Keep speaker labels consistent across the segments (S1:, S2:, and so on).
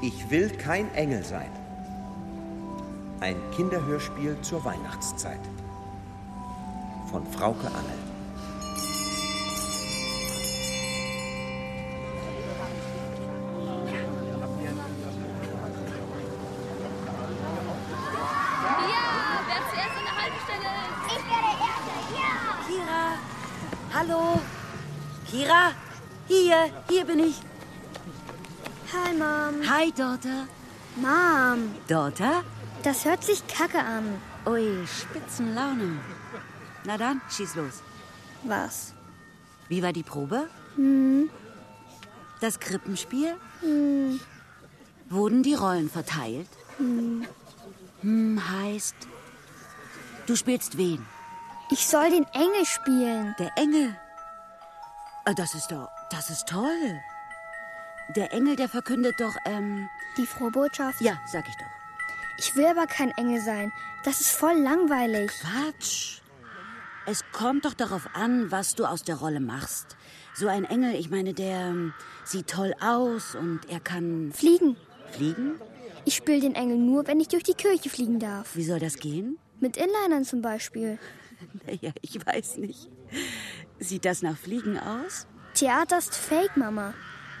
S1: Ich will kein Engel sein. Ein Kinderhörspiel zur Weihnachtszeit. Von Frauke Angel.
S2: Ja, wer zuerst an der Haltestelle ist.
S3: Ich werde Erster, ja!
S4: Kira, hallo. Kira, hier, hier bin ich.
S3: Hi, Mom.
S4: Hi, Daughter.
S3: Mom,
S4: Daughter?
S3: das hört sich kacke an.
S4: Ui, Spitzenlaune. Na dann, schieß los.
S3: Was?
S4: Wie war die Probe? Hm. Das Krippenspiel? Hm. Wurden die Rollen verteilt? Hm. Hm heißt, du spielst wen?
S3: Ich soll den Engel spielen.
S4: Der Engel. Ah, Das ist doch, das ist toll. Der Engel, der verkündet doch, ähm,
S3: Die frohe Botschaft.
S4: ja, sag ich doch.
S3: Ich will aber kein Engel sein. Das ist voll langweilig.
S4: Quatsch. Es kommt doch darauf an, was du aus der Rolle machst. So ein Engel, ich meine, der ähm, sieht toll aus und er kann
S3: Fliegen.
S4: fliegen.
S3: Ich spiele den Engel nur, wenn ich durch die Kirche fliegen darf.
S4: Wie soll das gehen?
S3: Mit Inlinern zum Beispiel.
S4: Naja, ich weiß nicht. Sieht das nach Fliegen aus?
S3: Theater ist Fake, Mama.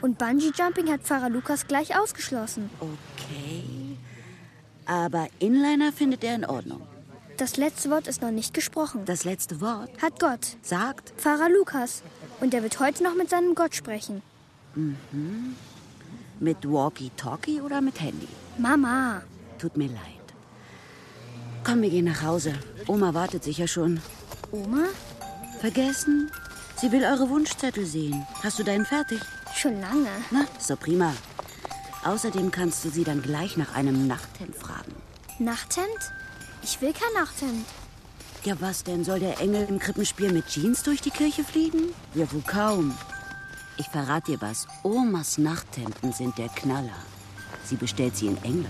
S3: Und Bungee-Jumping hat Pfarrer Lukas gleich ausgeschlossen.
S4: Okay. Aber Inliner findet er in Ordnung.
S3: Das letzte Wort ist noch nicht gesprochen.
S4: Das letzte Wort
S3: Hat Gott.
S4: sagt,
S3: Pfarrer Lukas. Und er wird heute noch mit seinem Gott sprechen.
S4: mit Walkie-Talkie oder mit Handy?
S3: Mama.
S4: Tut mir leid. Komm, wir gehen nach Hause. Oma wartet sicher schon.
S3: Oma?
S4: Vergessen? Sie will eure Wunschzettel sehen. Hast du deinen fertig?
S3: Schon lange.
S4: Na, so prima. Außerdem kannst du sie dann gleich nach einem Nachthemd fragen.
S3: Nachthemd? Ich will kein Nachthemd.
S4: Ja, was denn? Soll der Engel im Krippenspiel mit Jeans durch die Kirche fliegen? Ja, wohl kaum. Ich verrate dir was. Omas Nachthemden sind der Knaller. Sie bestellt sie in England.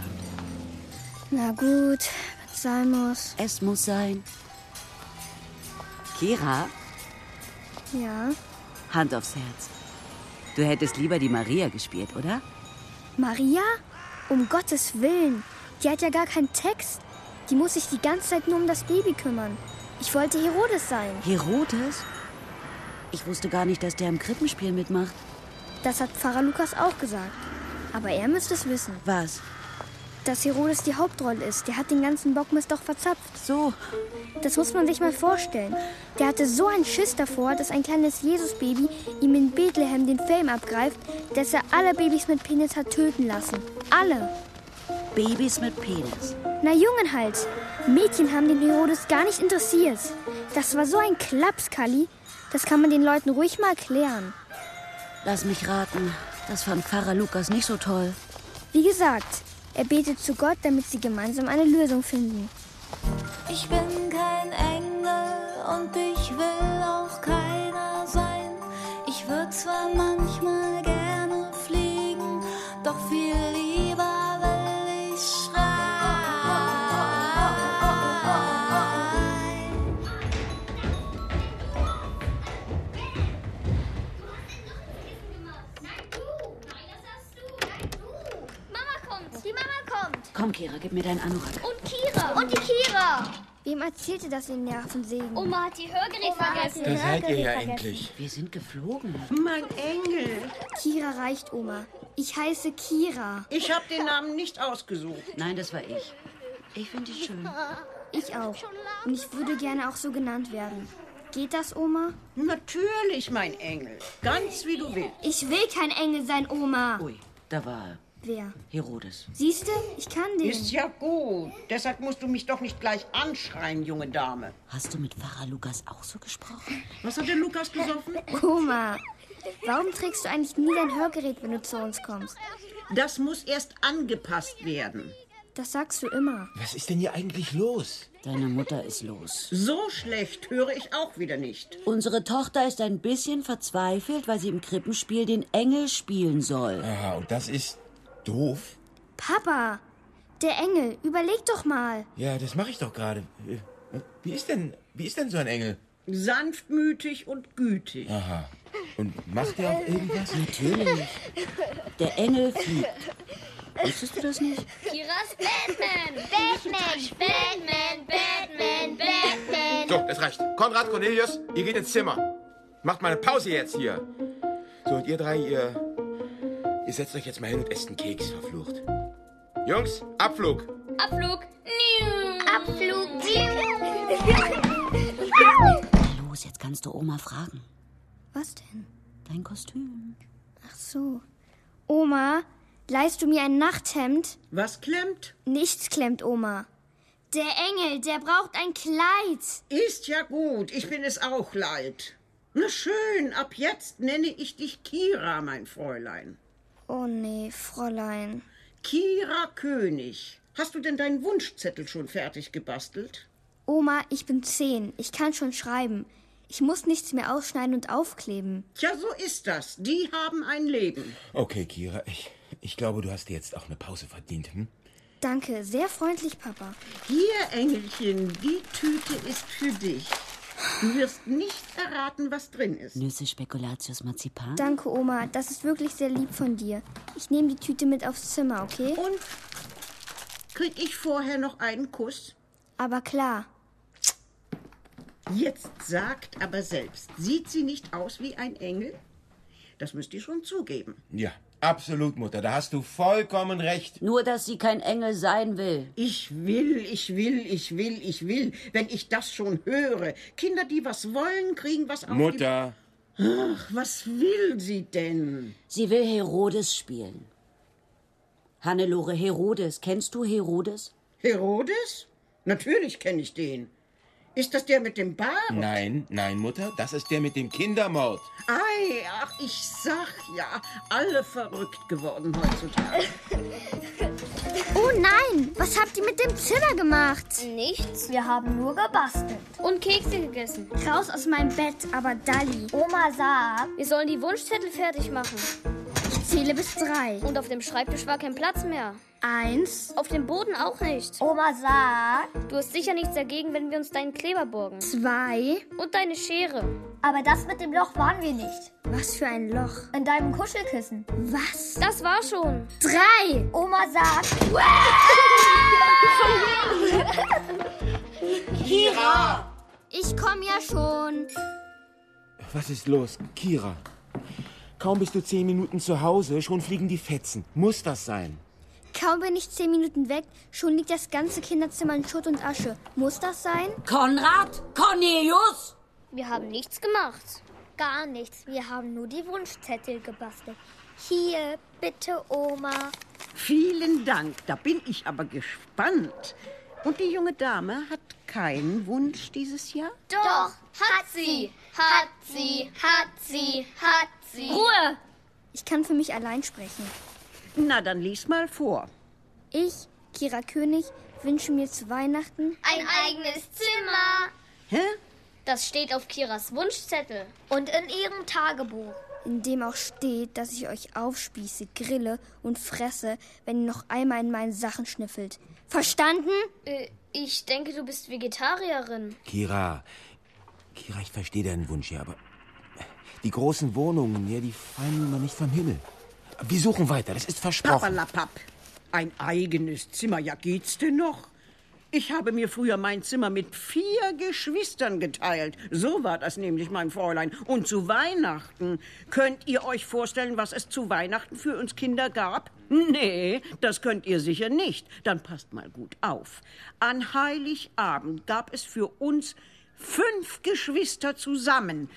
S3: Na gut, wenn's sein muss.
S4: Es muss sein. Kira,
S3: Ja.
S4: Hand aufs Herz. Du hättest lieber die Maria gespielt, oder?
S3: Maria? Um Gottes Willen. Die hat ja gar keinen Text. Die muss sich die ganze Zeit nur um das Baby kümmern. Ich wollte Herodes sein.
S4: Herodes? Ich wusste gar nicht, dass der im Krippenspiel mitmacht.
S3: Das hat Pfarrer Lukas auch gesagt. Aber er müsste es wissen.
S4: Was?
S3: Dass Herodes die Hauptrolle ist, der hat den ganzen Bockmist doch verzapft.
S4: So.
S3: Das muss man sich mal vorstellen. Der hatte so einen Schiss davor, dass ein kleines Jesusbaby ihm in Bethlehem den Fame abgreift, dass er alle Babys mit Penis hat töten lassen. Alle.
S4: Babys mit Penis.
S3: Na Jungen halt. Mädchen haben den Herodes gar nicht interessiert. Das war so ein Klaps, Kalli. Das kann man den Leuten ruhig mal erklären.
S4: Lass mich raten. Das fand Pfarrer Lukas nicht so toll.
S3: Wie gesagt, er betet zu Gott, damit sie gemeinsam eine Lösung finden.
S5: Ich bin kein Engel und ich will auch keiner sein. Ich würde zwar manchmal gerne fliegen, doch viel lieber will ich schreien.
S2: Nein, du. Nein, das hast du. Nein, du. Mama kommt. Die Mama kommt.
S4: Komm, Kira, gib mir deinen Anorak.
S2: Und Kira. Und die Kira.
S3: Wem erzählte das den Nervensägen?
S2: Oma hat ihr Hörgerät vergessen.
S6: Da seid ihr ja endlich.
S4: Wir sind geflogen.
S7: Mein Engel,
S3: Kira reicht, Oma. Ich heiße Kira.
S7: ich habe den Namen nicht ausgesucht.
S4: Nein, das war ich. Ich finde dich schön.
S3: Ich auch. Und ich würde gerne auch so genannt werden. Geht das, Oma?
S7: Natürlich, mein Engel, ganz wie du willst.
S3: Ich will kein Engel sein, Oma.
S4: Ui, da war er.
S3: Wer?
S4: Herodes.
S3: Siehste, ich kann
S7: Ist
S3: den.
S7: ja gut. Deshalb musst du mich doch nicht gleich anschreien, junge Dame.
S4: Hast du mit Pfarrer Lukas auch so gesprochen?
S7: Was hat denn Lukas gesoffen?
S3: Oma, warum trägst du eigentlich nie dein Hörgerät, wenn du zu uns kommst?
S7: Das muss erst angepasst werden.
S3: Das sagst du immer.
S6: Was ist denn hier eigentlich los?
S4: Deine Mutter ist los.
S7: So schlecht höre ich auch wieder nicht.
S4: Unsere Tochter ist ein bisschen verzweifelt, weil sie im Krippenspiel den Engel spielen soll.
S6: Ah, und das ist doof.
S3: Papa, der Engel, überleg doch mal.
S6: Ja, das mache ich doch gerade. Äh, Wie ist denn, wie ist denn so ein Engel?
S7: Sanftmütig und gütig.
S6: Aha. Und macht der auch irgendwas?
S4: Natürlich. Der Engel fliegt. Wusstest du das nicht?
S2: Kiras Batman. Batman. Batman, Batman, Batman.
S6: So, das reicht. Konrad, Cornelius, ihr geht ins Zimmer. Macht mal eine Pause jetzt hier. So, und ihr drei, ihr, ihr setzt euch jetzt mal hin und esst einen Keks, verflucht. Jungs, Abflug.
S2: Abflug. New. Abflug.
S4: Los, jetzt kannst du Oma fragen.
S3: Was denn?
S4: Dein Kostüm.
S3: Ach so. Oma, leihst du mir ein Nachthemd?
S7: Was klemmt?
S3: Nichts klemmt Oma. Der Engel, der braucht ein Kleid.
S7: Ist ja gut, ich bin es auch leid. Na schön, ab jetzt nenne ich dich Kira, mein Fräulein.
S3: Oh nee, Fräulein.
S7: Kira König. Hast du denn deinen Wunschzettel schon fertig gebastelt?
S3: Oma, ich bin zehn. Ich kann schon schreiben. Ich muss nichts mehr ausschneiden und aufkleben.
S7: Tja, so ist das. Die haben ein Leben.
S6: Okay, Kira, ich, ich glaube, du hast dir jetzt auch eine Pause verdient. Hm?
S3: Danke, sehr freundlich, Papa.
S7: Hier, Engelchen, die Tüte ist für dich. Du wirst nicht erraten, was drin ist.
S4: Nüsse, Spekulatius, Marzipan.
S3: Danke, Oma. Das ist wirklich sehr lieb von dir. Ich nehme die Tüte mit aufs Zimmer, okay?
S7: Und krieg ich vorher noch einen Kuss?
S3: Aber klar.
S7: Jetzt sagt aber selbst, sieht sie nicht aus wie ein Engel? Das müsst ihr schon zugeben.
S6: Ja, absolut, Mutter. Da hast du vollkommen recht.
S4: Nur, dass sie kein Engel sein will.
S7: Ich will, ich will, ich will, ich will, wenn ich das schon höre. Kinder, die was wollen, kriegen was auf die-
S6: Mutter.
S7: Ach, was will sie denn?
S4: Sie will Herodes spielen. Hannelore Herodes, kennst du Herodes?
S7: Herodes? Natürlich kenne ich den. Ist das der mit dem Bart?
S6: Nein, nein, Mutter. Das ist der mit dem Kindermord.
S7: Ei, ach, ich sag ja, alle verrückt geworden heutzutage.
S3: Oh nein! Was habt ihr mit dem Zimmer gemacht?
S2: Nichts.
S8: Wir haben nur gebastelt.
S2: Und Kekse gegessen.
S3: Raus aus meinem Bett, aber Dalli.
S8: Oma sagt,
S2: Wir sollen die Wunschzettel fertig machen.
S3: Ich zähle bis drei.
S2: Und auf dem Schreibtisch war kein Platz mehr.
S3: Eins,
S2: Auf dem Boden auch nicht.
S8: Oma sagt,
S2: Du hast sicher nichts dagegen, wenn wir uns deinen Kleber borgen.
S3: zwei.
S2: Und deine Schere.
S8: aber das mit dem Loch waren wir nicht.
S3: Was für ein Loch.
S8: In deinem Kuschelkissen.
S3: Was?
S2: Das war schon.
S3: Drei!
S8: Oma sagt,
S3: Ich komm ja schon.
S6: Was ist los, Kira? Kaum bist du zehn Minuten zu Hause, schon fliegen die Fetzen. Muss das sein?
S3: Kaum bin ich zehn Minuten weg, schon liegt das ganze Kinderzimmer in Schutt und Asche. Muss das sein?
S4: Konrad! Cornelius!
S2: Wir haben nichts gemacht.
S8: Gar nichts. Wir haben nur die Wunschzettel gebastelt. Hier, bitte, Oma.
S7: Vielen Dank, da bin ich aber gespannt. Und die junge Dame hat keinen Wunsch dieses Jahr?
S2: Doch, hat sie. Hat sie. Hat sie. Hat sie. Ruhe.
S3: Ich kann für mich allein sprechen.
S7: Na, dann lies mal vor.
S3: Ich, Kira König, wünsche mir zu Weihnachten
S2: Ein eigenes Zimmer.
S7: Hä?
S2: Das steht auf Kiras Wunschzettel.
S8: Und in ihrem Tagebuch.
S3: in dem auch steht, dass ich euch aufspieße, grille und fresse, wenn ihr noch einmal in meinen Sachen schnüffelt. Verstanden?
S2: Äh, ich denke, du bist Vegetarierin.
S6: Kira, Kira, ich verstehe deinen Wunsch hier, aber die großen Wohnungen, ja, die fallen immer nicht vom Himmel. Wir suchen weiter, das ist versprochen.
S7: Papperlapapp. Ein eigenes Zimmer, ja geht's denn noch? Ich habe mir früher mein Zimmer mit vier Geschwistern geteilt. So war das nämlich, mein Fräulein. Und zu Weihnachten. Könnt ihr euch vorstellen, was es zu Weihnachten für uns Kinder gab? Nee, das könnt ihr sicher nicht. Dann passt mal gut auf. An Heiligabend gab es für uns fünf Geschwister zusammen.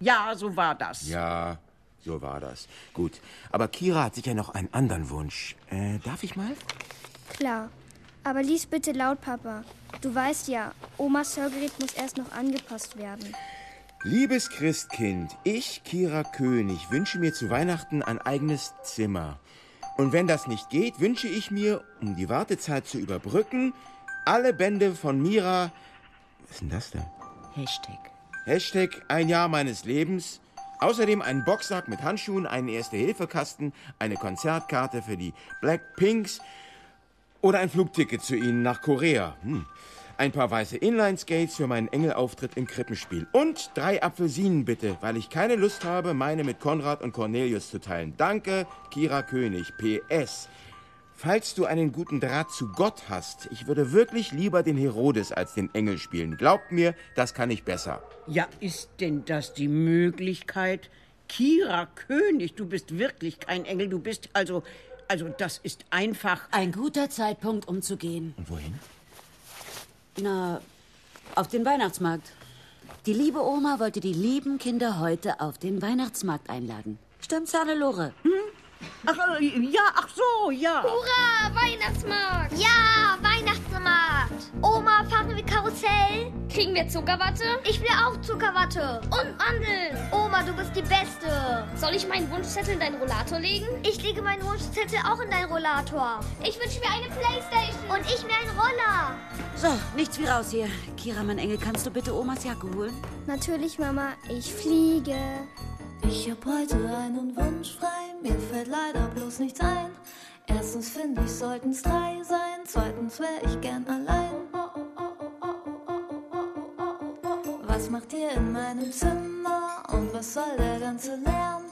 S7: Ja, so war das.
S6: Ja, so war das. Gut, aber Kira hat sicher noch einen anderen Wunsch. Äh, darf ich mal?
S3: Klar. Aber lies bitte laut, Papa. Du weißt ja, Omas Hörgerät muss erst noch angepasst werden.
S6: Liebes Christkind, ich, Kira König, wünsche mir zu Weihnachten ein eigenes Zimmer. Und wenn das nicht geht, wünsche ich mir, um die Wartezeit zu überbrücken, alle Bände von Mira. Was ist denn das da?
S4: Hashtag.
S6: Hashtag ein Jahr meines Lebens. Außerdem einen Boxsack mit Handschuhen, einen Erste-Hilfe-Kasten, eine Konzertkarte für die Blackpinks oder ein Flugticket zu ihnen nach Korea. Hm. ein paar weiße Inline-Skates für meinen Engelauftritt im Krippenspiel und drei Apfelsinen bitte, weil ich keine Lust habe, meine mit Konrad und Cornelius zu teilen. Danke, Kira König. PS. Falls du einen guten Draht zu Gott hast, ich würde wirklich lieber den Herodes als den Engel spielen. Glaubt mir, das kann ich besser.
S7: Ja, ist denn das die Möglichkeit? Kira König, du bist wirklich kein Engel, du bist also, also das ist einfach.
S4: Ein guter Zeitpunkt, um zu gehen.
S6: Und wohin?
S4: Na, auf den Weihnachtsmarkt. Die liebe Oma wollte die lieben Kinder heute auf den Weihnachtsmarkt einladen. Stimmt's, Hannelore?
S7: Ach, äh, ja, ach so, ja.
S2: Hurra, Weihnachtsmarkt! Ja, Weihnachtsmarkt! Oma, fahren wir Karussell? Kriegen wir Zuckerwatte? Ich will auch Zuckerwatte. Und Mandeln! Oma, du bist die Beste. Soll ich meinen Wunschzettel in deinen Rollator legen? Ich lege meinen Wunschzettel auch in deinen Rollator. Ich wünsche mir eine Playstation. Und ich mir einen Roller.
S4: So, nichts wie raus hier. Kira, mein Engel, kannst du bitte Omas Jacke holen?
S3: Natürlich, Mama, ich fliege.
S5: Ich hab heute einen Wunsch frei, mir fällt leider bloß nichts ein. Erstens finde ich, sollten's drei sein, zweitens wär ich gern allein. Was macht ihr in meinem Zimmer und was soll der ganze Lärm?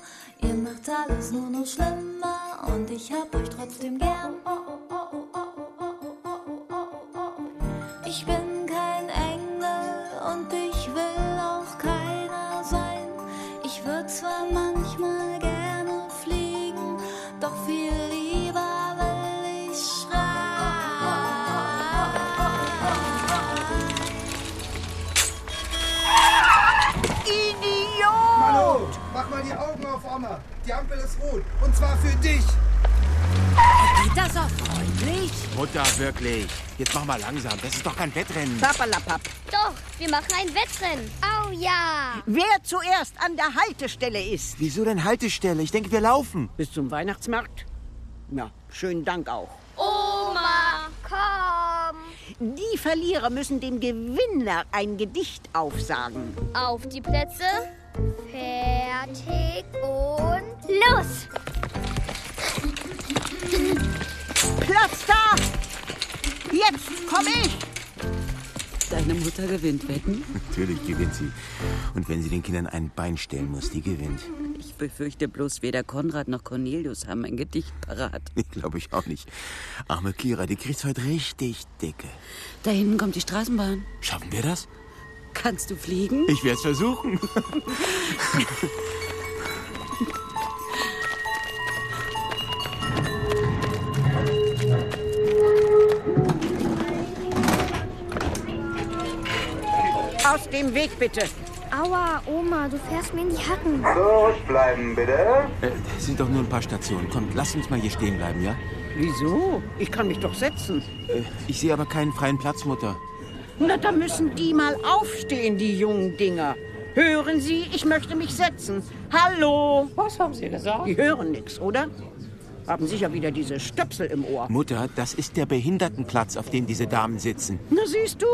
S5: Ihr macht alles nur noch schlimmer und ich hab euch trotzdem gern. Ich bin kein Engel und ich will auch keiner sein. Ich würde zwar manchmal gerne fliegen, doch viel lieber will ich schreien.
S9: Hallo, mach mal die Augen auf, Oma. Die Ampel ist rot. Und zwar für dich.
S4: Geht das auch freundlich?
S6: Mutter, wirklich. Jetzt mach mal langsam. Das ist doch kein Wettrennen.
S10: Papperlapapp.
S2: Doch, wir machen ein Wettrennen. Au Oh ja!
S10: Wer zuerst an der Haltestelle ist.
S6: Wieso denn Haltestelle? Ich denke, wir laufen.
S7: Bis zum Weihnachtsmarkt? Na, schönen Dank auch.
S2: Oma, komm!
S10: Die Verlierer müssen dem Gewinner ein Gedicht aufsagen.
S2: Auf die Plätze.
S8: Fertig und
S2: Los!
S10: Platz da! Jetzt komm ich!
S4: Deine Mutter gewinnt, wetten?
S6: Natürlich gewinnt sie. Und wenn sie den Kindern ein Bein stellen muss, die gewinnt.
S4: Ich befürchte bloß, weder Konrad noch Cornelius haben ein Gedicht parat.
S6: Nee, glaube ich auch nicht. Arme Kira, die kriegt's heute richtig dicke.
S4: Da hinten kommt die Straßenbahn.
S6: Schaffen wir das?
S4: Kannst du fliegen?
S6: Ich werde es versuchen.
S7: Aus dem Weg bitte.
S3: Aua, Oma, du fährst mir in die Hacken.
S11: Zurückbleiben bitte.
S6: Äh, das sind doch nur ein paar Stationen. Kommt, lass uns mal hier stehen bleiben, ja?
S7: Wieso? Ich kann mich doch setzen.
S6: Äh, ich sehe aber keinen freien Platz, Mutter.
S7: Na, da müssen die mal aufstehen, die jungen Dinger. Hören Sie, ich möchte mich setzen. Hallo. Was haben Sie gesagt? Die hören nichts, oder? Haben sicher wieder diese Stöpsel im Ohr.
S6: Mutter, das ist der Behindertenplatz, auf dem diese Damen sitzen.
S7: Na, siehst du?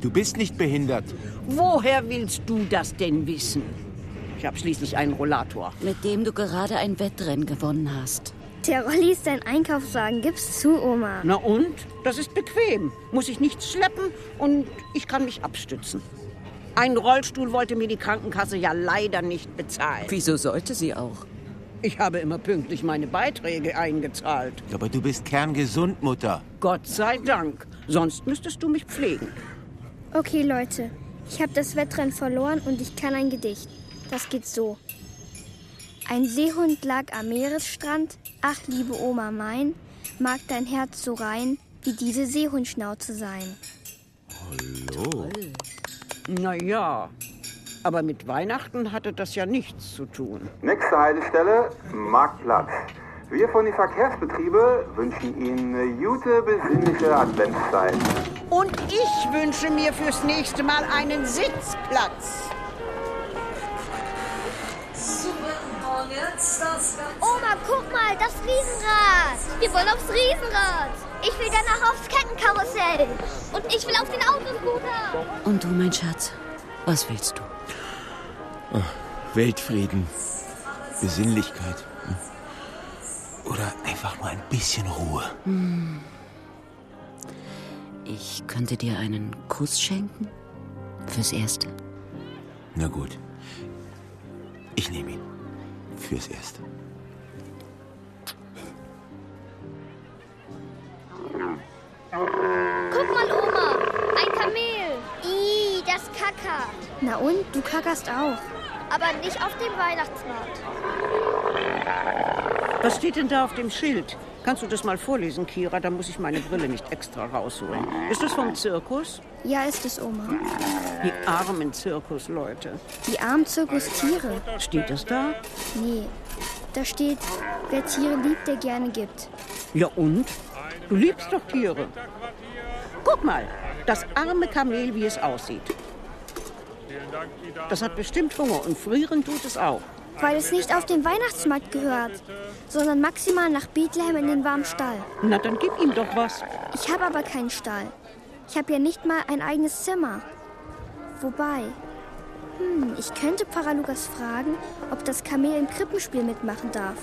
S6: Du bist nicht behindert.
S7: Woher willst du das denn wissen? Ich habe schließlich einen Rollator.
S4: Mit dem du gerade ein Wettrennen gewonnen hast.
S3: Der Rolli ist dein Einkaufswagen, gib's zu, Oma.
S7: Na und? Das ist bequem. Muss ich nichts schleppen und ich kann mich abstützen. Ein Rollstuhl wollte mir die Krankenkasse ja leider nicht bezahlen.
S4: Wieso sollte sie auch?
S7: Ich habe immer pünktlich meine Beiträge eingezahlt.
S6: Aber du bist kerngesund, Mutter.
S7: Gott sei Dank. Sonst müsstest du mich pflegen.
S3: Okay, Leute, ich habe das Wettrennen verloren und ich kann ein Gedicht. Das geht so. Ein Seehund lag am Meeresstrand, ach liebe Oma mein, mag dein Herz so rein wie diese Seehundschnauze sein.
S7: Na ja. Aber mit Weihnachten hatte das ja nichts zu tun.
S11: Nächste Haltestelle, Marktplatz. Wir von den Verkehrsbetriebe wünschen Ihnen eine gute, besinnliche Adventszeit.
S7: Und ich wünsche mir fürs nächste Mal einen Sitzplatz.
S2: Oma, guck mal, das Riesenrad. Wir wollen aufs Riesenrad. Ich will danach aufs Kettenkarussell. Und ich will auf den Autoscooter.
S4: Und du, mein Schatz, was willst du?
S6: Weltfrieden. Besinnlichkeit. hm? Oder einfach nur ein bisschen Ruhe.
S4: Ich könnte dir einen Kuss schenken? Fürs Erste.
S6: Na gut. Ich nehme ihn. Fürs Erste.
S2: Guck mal, Oma, ein Kamel. Ih, das kackert.
S3: Na und, du kackerst auch.
S2: Aber nicht auf dem Weihnachtsmarkt.
S7: Was steht denn da auf dem Schild? Kannst du das mal vorlesen, Kira? Da muss ich meine Brille nicht extra rausholen. Ist das vom Zirkus?
S3: Ja, ist es, Oma.
S7: Die armen Zirkusleute.
S3: Die Armzirkustiere.
S7: Steht das da?
S3: Nee. Da steht, wer Tiere liebt, der gerne gibt.
S7: Ja und? Du liebst doch Tiere. Guck mal, das arme Kamel, wie es aussieht. Das hat bestimmt Hunger und frieren tut es auch.
S3: Weil es nicht auf den Weihnachtsmarkt gehört, sondern maximal nach Bethlehem in den warmen Stall.
S7: Na, dann gib ihm doch was.
S3: Ich habe aber keinen Stall. Ich habe ja nicht mal ein eigenes Zimmer. Wobei, hm, ich könnte Paralukas fragen, ob das Kamel im Krippenspiel mitmachen darf.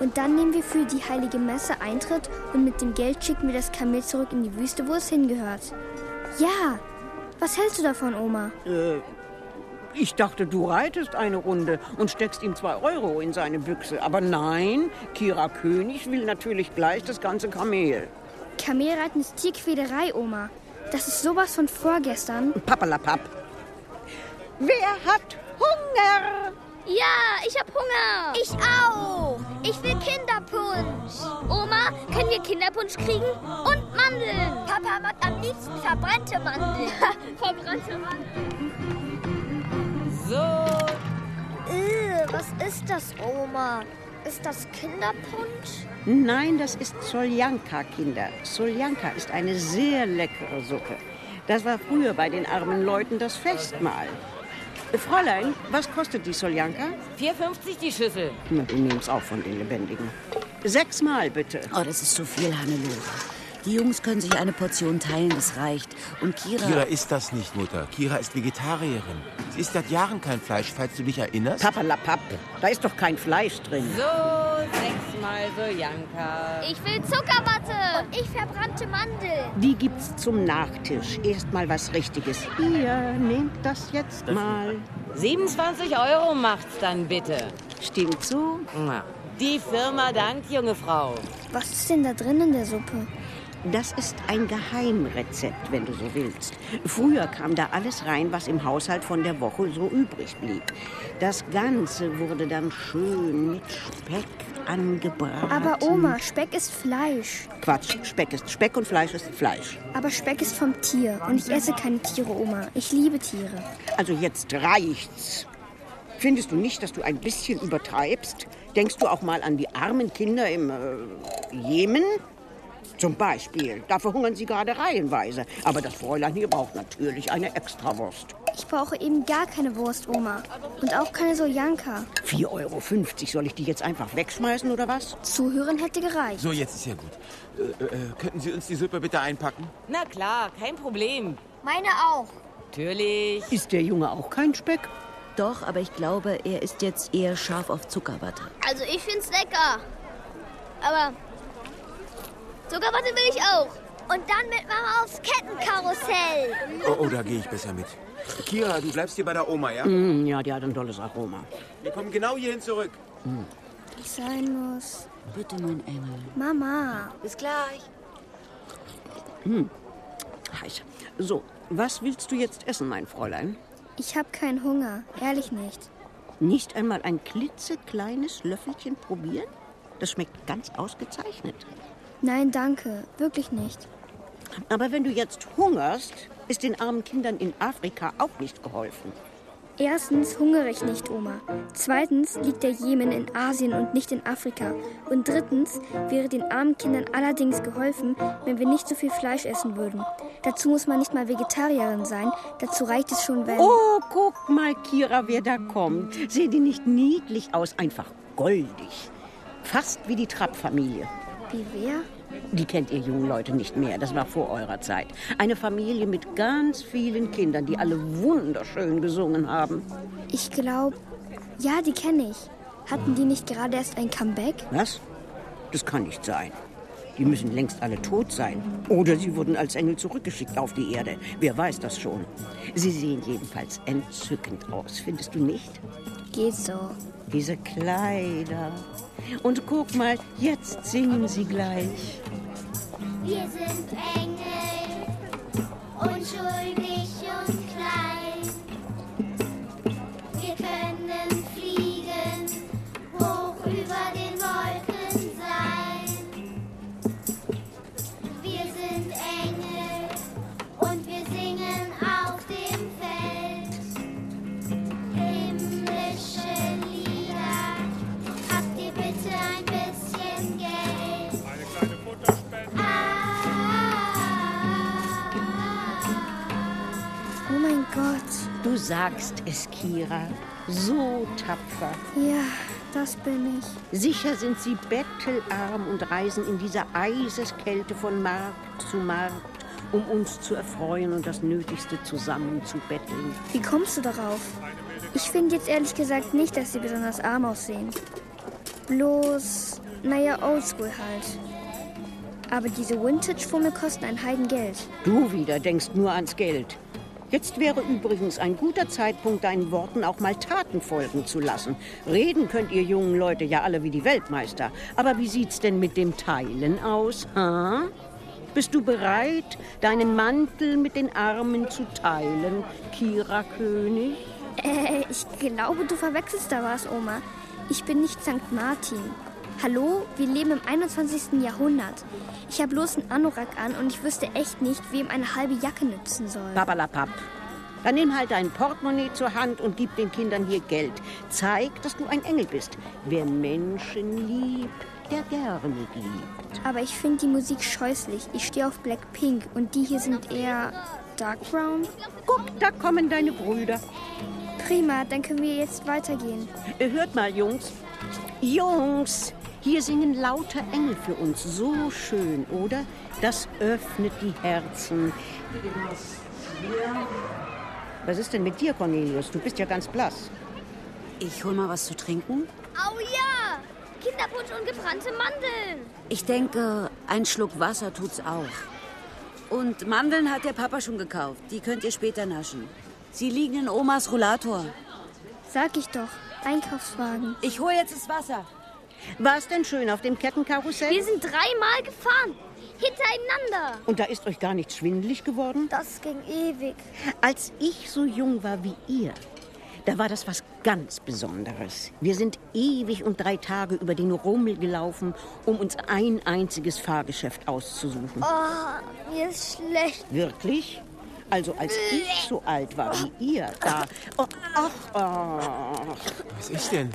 S3: Und dann nehmen wir für die heilige Messe Eintritt und mit dem Geld schicken wir das Kamel zurück in die Wüste, wo es hingehört. Ja, was hältst du davon, Oma?
S7: Äh, ich dachte, du reitest eine Runde und steckst ihm zwei Euro in seine Büchse. Aber nein, Kira König will natürlich gleich das ganze Kamel.
S3: Kamelreiten ist Tierquälerei, Oma. Das ist sowas von vorgestern.
S7: Pappalapapp. Wer hat Hunger?
S2: Ja, ich hab Hunger. Ich auch. Ich will Kinderpunsch. Oma, können wir Kinderpunsch kriegen? Und Mandeln. Papa mag am liebsten verbrannte Mandeln. verbrannte Mandeln.
S8: So. Äh, was ist das, Oma? Ist das Kinderpunsch?
S7: Nein, das ist Soljanka, Kinder. Soljanka ist eine sehr leckere Suppe. Das war früher bei den armen Leuten das Festmahl. Äh, Fräulein, was kostet die Soljanka?
S12: 4,50 die Schüssel.
S7: Na, du nimmst auch von den Lebendigen. Sechsmal bitte.
S4: Oh, das ist zu viel, Hannelore. Die Jungs können sich eine Portion teilen, das reicht. Und Kira...
S6: Kira ist das nicht, Mutter. Kira ist Vegetarierin. Sie isst seit Jahren kein Fleisch, falls du dich erinnerst.
S7: Papperlapapp, da ist doch kein Fleisch drin.
S12: So, sechsmal Soljanka.
S2: Ich will Zuckerwatte. Und ich verbrannte Mandeln.
S7: Die gibt's zum Nachtisch. Erstmal was Richtiges. Ihr nehmt das jetzt mal.
S12: 27 Euro macht's dann bitte.
S7: Stimmt so?
S12: Na, Die Firma dankt, junge Frau.
S3: Was ist denn da drin in der Suppe?
S7: Das ist ein Geheimrezept, wenn du so willst. Früher kam da alles rein, was im Haushalt von der Woche so übrig blieb. Das Ganze wurde dann schön mit Speck angebraten.
S3: Aber Oma, Speck ist Fleisch.
S7: Quatsch, Speck ist Speck und Fleisch ist Fleisch.
S3: Aber Speck ist vom Tier. Und ich esse keine Tiere, Oma. Ich liebe Tiere.
S7: Also jetzt reicht's. Findest du nicht, dass du ein bisschen übertreibst? Denkst du auch mal an die armen Kinder im äh, Jemen? Zum Beispiel. Da verhungern sie gerade reihenweise. Aber das Fräulein hier braucht natürlich eine Extrawurst.
S3: Ich brauche eben gar keine Wurst, Oma. Und auch keine Sojanka.
S7: 4,50 Euro. Soll ich die jetzt einfach wegschmeißen oder was?
S3: Zuhören hätte gereicht.
S6: So, jetzt ist ja gut. Äh, äh, könnten Sie uns die Suppe bitte einpacken?
S12: Na klar, kein Problem.
S8: Meine auch.
S12: Natürlich.
S7: Ist der Junge auch kein Speck?
S4: Doch, aber ich glaube, er ist jetzt eher scharf auf Zuckerwatte.
S2: Also, ich find's lecker. Aber Zuckerwatte will ich auch.
S8: Und dann mit Mama aufs Kettenkarussell.
S6: Oh, oh da gehe ich besser mit. Kira, du bleibst hier bei der Oma, ja?
S7: Mm, ja, die hat ein tolles Aroma.
S6: Wir kommen genau hierhin zurück.
S3: Ich sein muss.
S4: Bitte, mein Engel.
S3: Mama.
S12: Bis gleich.
S7: Heiß. So, was willst du jetzt essen, mein Fräulein?
S3: Ich habe keinen Hunger. Ehrlich nicht.
S7: Nicht einmal ein klitzekleines Löffelchen probieren? Das schmeckt ganz ausgezeichnet.
S3: Nein, danke. Wirklich nicht.
S7: Aber wenn du jetzt hungerst, ist den armen Kindern in Afrika auch nicht geholfen.
S3: Erstens hungere ich nicht, Oma. Zweitens liegt der Jemen in Asien und nicht in Afrika. Und drittens wäre den armen Kindern allerdings geholfen, wenn wir nicht so viel Fleisch essen würden. Dazu muss man nicht mal Vegetarierin sein. Dazu reicht es schon, wenn...
S7: Oh, guck mal, Kira, wer da kommt. Sehen die nicht niedlich aus? Einfach goldig. Fast wie die Trapp-Familie.
S3: Wie wer?
S7: Die kennt ihr jungen Leute nicht mehr. Das war vor eurer Zeit. Eine Familie mit ganz vielen Kindern, die alle wunderschön gesungen haben.
S3: Ich glaube... Ja, die kenne ich. Hatten die nicht gerade erst ein Comeback?
S7: Was? Das kann nicht sein. Die müssen längst alle tot sein. Oder sie wurden als Engel zurückgeschickt auf die Erde. Wer weiß das schon. Sie sehen jedenfalls entzückend aus, findest du nicht?
S3: Geht so.
S7: Diese Kleider. Und guck mal, jetzt singen sie gleich.
S8: Wir sind Engel, unschuldig und klein. Wir können fliegen, hoch über den Wolken sein. Wir sind Engel und wir singen auf dem Feld. Himmlische Lieder, habt ihr bitte ein bisschen Geld?
S3: Oh mein Gott.
S10: Du sagst es, Kira. So tapfer.
S3: Ja, das bin ich.
S10: Sicher sind sie bettelarm und reisen in dieser Eiseskälte von Markt zu Markt, um uns zu erfreuen und das Nötigste zusammenzubetteln.
S3: Wie kommst du darauf? Ich finde jetzt ehrlich gesagt nicht, dass sie besonders arm aussehen. Bloß, naja, oldschool halt. Aber diese Vintage-Fummel kosten ein Heidengeld.
S7: Du wieder denkst nur ans Geld. Jetzt wäre übrigens ein guter Zeitpunkt, deinen Worten auch mal Taten folgen zu lassen. Reden könnt ihr jungen Leute ja alle wie die Weltmeister. Aber wie sieht's denn mit dem Teilen aus? Ha? Bist du bereit, deinen Mantel mit den Armen zu teilen, Kira König?
S3: Äh, ich glaube, du verwechselst da was, Oma. Ich bin nicht St. Martin. Hallo, wir leben im 21. Jahrhundert. Ich habe bloß einen Anorak an und ich wüsste echt nicht, wem eine halbe Jacke nützen soll.
S7: Papalapap. Dann nimm halt dein Portemonnaie zur Hand und gib den Kindern hier Geld. Zeig, dass du ein Engel bist. Wer Menschen liebt, der gerne gibt.
S3: Aber ich finde die Musik scheußlich. Ich stehe auf Blackpink und die hier sind eher Dark Brown.
S7: Guck, da kommen deine Brüder.
S3: Prima, dann können wir jetzt weitergehen.
S7: Äh, Hört mal, Jungs. Jungs, hier singen lauter Engel für uns. So schön, oder? Das öffnet die Herzen. Was ist denn mit dir, Cornelius? Du bist ja ganz blass.
S4: Ich hol mal was zu trinken.
S2: Au oh ja! Kinderpunsch und gebrannte Mandeln.
S4: Ich denke, ein Schluck Wasser tut's auch. Und Mandeln hat der Papa schon gekauft. Die könnt ihr später naschen. Sie liegen in Omas Rollator.
S3: Sag ich doch, Einkaufswagen.
S4: Ich hol jetzt das Wasser.
S7: War es denn schön auf dem Kettenkarussell?
S2: Wir sind dreimal gefahren. Hintereinander.
S7: Und da ist euch gar nicht schwindelig geworden?
S8: Das ging ewig.
S7: Als ich so jung war wie ihr, da war das was ganz Besonderes. Wir sind ewig und drei Tage über den Rummel gelaufen, um uns ein einziges Fahrgeschäft auszusuchen.
S8: Oh, mir ist schlecht.
S7: Wirklich? Also als ich so alt war wie ihr, da... Oh, ach, oh. ach.
S6: Was ist denn?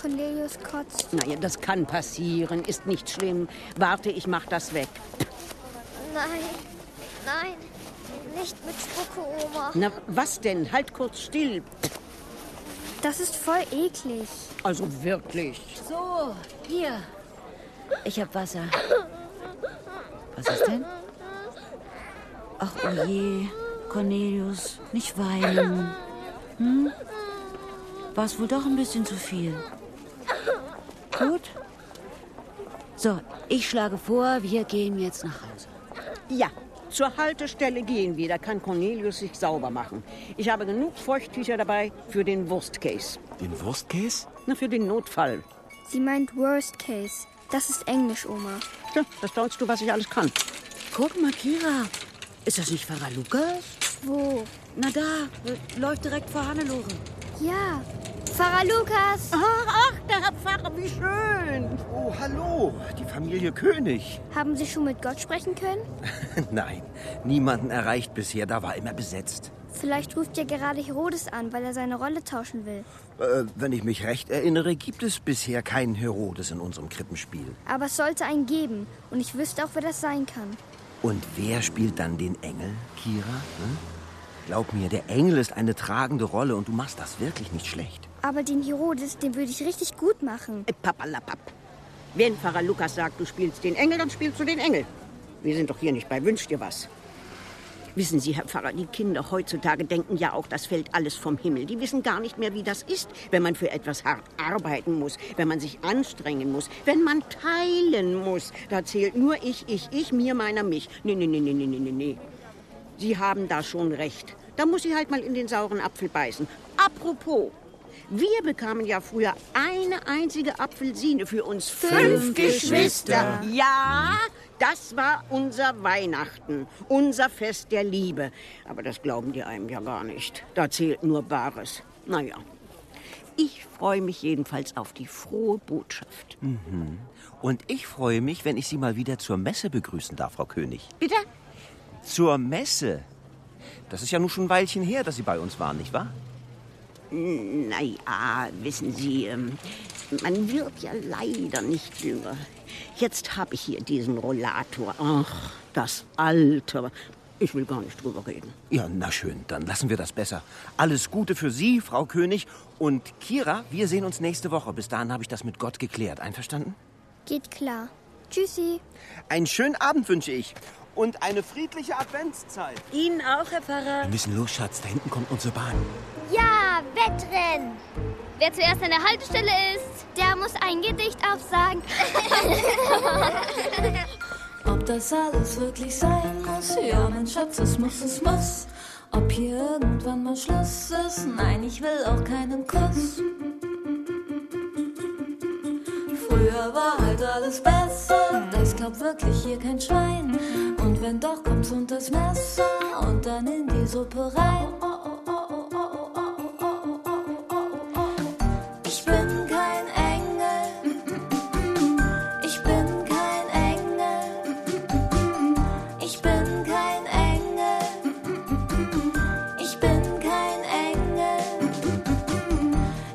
S3: Cornelius kotzt.
S7: Naja, das kann passieren, ist nicht schlimm. Warte, ich mach das weg.
S8: Nein, nein, nicht mit Spucke, Oma.
S7: Na, was denn? Halt kurz still.
S3: Das ist voll eklig.
S7: Also wirklich.
S4: So, hier. Ich hab Wasser. Was ist denn? Ach, oh je. Cornelius, nicht weinen. Hm? War's wohl doch ein bisschen zu viel. Gut. So, ich schlage vor, wir gehen jetzt nach Hause.
S7: Ja, zur Haltestelle gehen wir. Da kann Cornelius sich sauber machen. Ich habe genug Feuchttücher dabei für den Wurstcase.
S6: Den Wurstkäse?
S7: Na, für den Notfall.
S3: Sie meint Worst Case. Das ist Englisch, Oma.
S7: Tja, das glaubst du, was ich alles kann.
S4: Guck mal, Kira. Ist das nicht Pfarrer Lukas?
S3: Wo?
S4: Na da, äh, läuft direkt vor Hannelore.
S3: Ja.
S2: Pfarrer Lukas.
S7: Ach, ach, der Herr Pfarrer, wie schön.
S1: Oh, hallo, die Familie König.
S3: Haben Sie schon mit Gott sprechen können?
S1: Nein, niemanden erreicht bisher, da war immer besetzt.
S3: Vielleicht ruft ja gerade Herodes an, weil er seine Rolle tauschen will.
S1: Äh, wenn ich mich recht erinnere, gibt es bisher keinen Herodes in unserem Krippenspiel.
S3: Aber es sollte einen geben. Und ich wüsste auch, wer das sein kann.
S1: Und wer spielt dann den Engel, Kira? Hm? Glaub mir, der Engel ist eine tragende Rolle und du machst das wirklich nicht schlecht.
S3: Aber den Herodes, den würde ich richtig gut machen.
S7: Äh, Papalapap. Wenn Pfarrer Lukas sagt, du spielst den Engel, dann spielst du den Engel. Wir sind doch hier nicht bei Wünsch dir was. Wissen Sie, Herr Pfarrer, die Kinder heutzutage denken ja auch, das fällt alles vom Himmel. Die wissen gar nicht mehr, wie das ist, wenn man für etwas hart arbeiten muss, wenn man sich anstrengen muss, wenn man teilen muss. Da zählt nur ich, ich, ich, mir, meiner, mich. Nee, nee, nee, nee, nee, nee, nee, nee. Sie haben da schon recht. Da muss sie halt mal in den sauren Apfel beißen. Apropos, wir bekamen ja früher eine einzige Apfelsine für uns
S5: Fünf Geschwister.
S7: Ja, das war unser Weihnachten, unser Fest der Liebe. Aber das glauben die einem ja gar nicht. Da zählt nur Bares. Naja, ich freue mich jedenfalls auf die frohe Botschaft.
S1: Mhm. Und ich freue mich, wenn ich Sie mal wieder zur Messe begrüßen darf, Frau König.
S7: Bitte?
S1: Zur Messe? Das ist ja nun schon ein Weilchen her, dass Sie bei uns waren, nicht wahr?
S7: Naja, wissen Sie, ähm, man wird ja leider nicht jünger. Jetzt habe ich hier diesen Rollator. Ach, das Alter. Ich will gar nicht drüber reden.
S1: Ja, na schön, dann lassen wir das besser. Alles Gute für Sie, Frau König. Und Kira, wir sehen uns nächste Woche. Bis dahin habe ich das mit Gott geklärt. Einverstanden?
S3: Geht klar. Tschüssi.
S1: Einen schönen Abend wünsche ich. Und eine friedliche Adventszeit.
S13: Ihnen auch, Herr Pfarrer.
S1: Wir müssen los, Schatz. Da hinten kommt unsere Bahn.
S14: Ja, Wettrennen. Wer zuerst an der Haltestelle ist, der muss ein Gedicht aufsagen.
S5: Ob das alles wirklich sein muss? Ja, mein Schatz, es muss, es muss. Ob hier irgendwann mal Schluss ist? Nein, ich will auch keinen Kuss. Früher war halt alles besser, das glaubt wirklich hier kein Schwein. Und wenn doch, kommt's unter das Messer und dann in die Suppe rein. Ich bin kein Engel, ich bin kein Engel, ich bin kein Engel, ich bin kein Engel,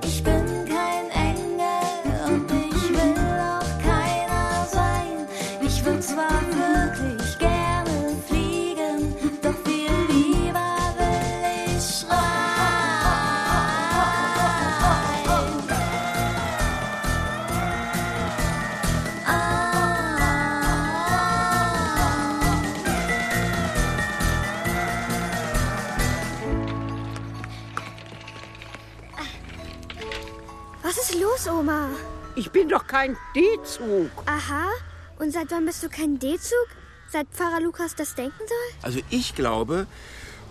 S5: ich bin kein Engel und ich will auch keiner sein. Ich will zwar wirklich gerne fliegen, doch viel lieber will ich schreien. Ah.
S3: Was ist los, Oma?
S15: Ich bin doch kein D-Zug.
S3: Aha. Und seit wann bist du kein D-Zug? Seit Pfarrer Lukas das denken soll?
S6: Also ich glaube,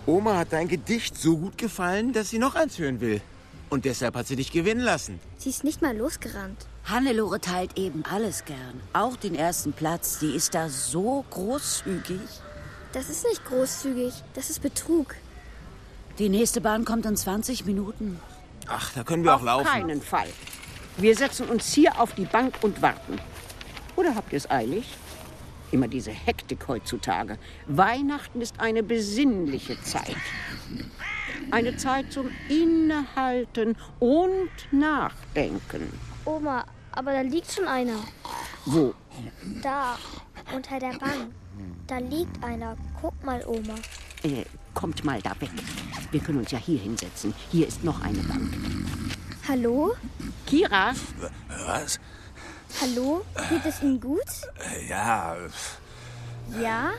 S6: Oma hat dein Gedicht so gut gefallen, dass sie noch eins hören will. Und deshalb hat sie dich gewinnen lassen.
S3: Sie ist nicht mal losgerannt.
S4: Hannelore teilt eben alles gern. Auch den ersten Platz. Sie ist da so großzügig.
S3: Das ist nicht großzügig. Das ist Betrug.
S4: Die nächste Bahn kommt in 20 Minuten.
S6: Ach, da können wir auch laufen.
S15: Keinen Fall. Wir setzen uns hier auf die Bank und warten. Oder habt ihr es eilig? Immer diese Hektik heutzutage. Weihnachten ist eine besinnliche Zeit. Eine Zeit zum Innehalten und Nachdenken.
S2: Oma, aber da liegt schon einer.
S15: Wo?
S2: Da, unter der Bank. Da liegt einer. Guck mal, Oma.
S7: Äh, kommt mal da weg. Wir können uns ja hier hinsetzen. Hier ist noch eine Bank.
S3: Hallo?
S15: Kira?
S16: Was?
S3: Hallo? Geht es Ihnen gut?
S16: Ja,
S3: Ja?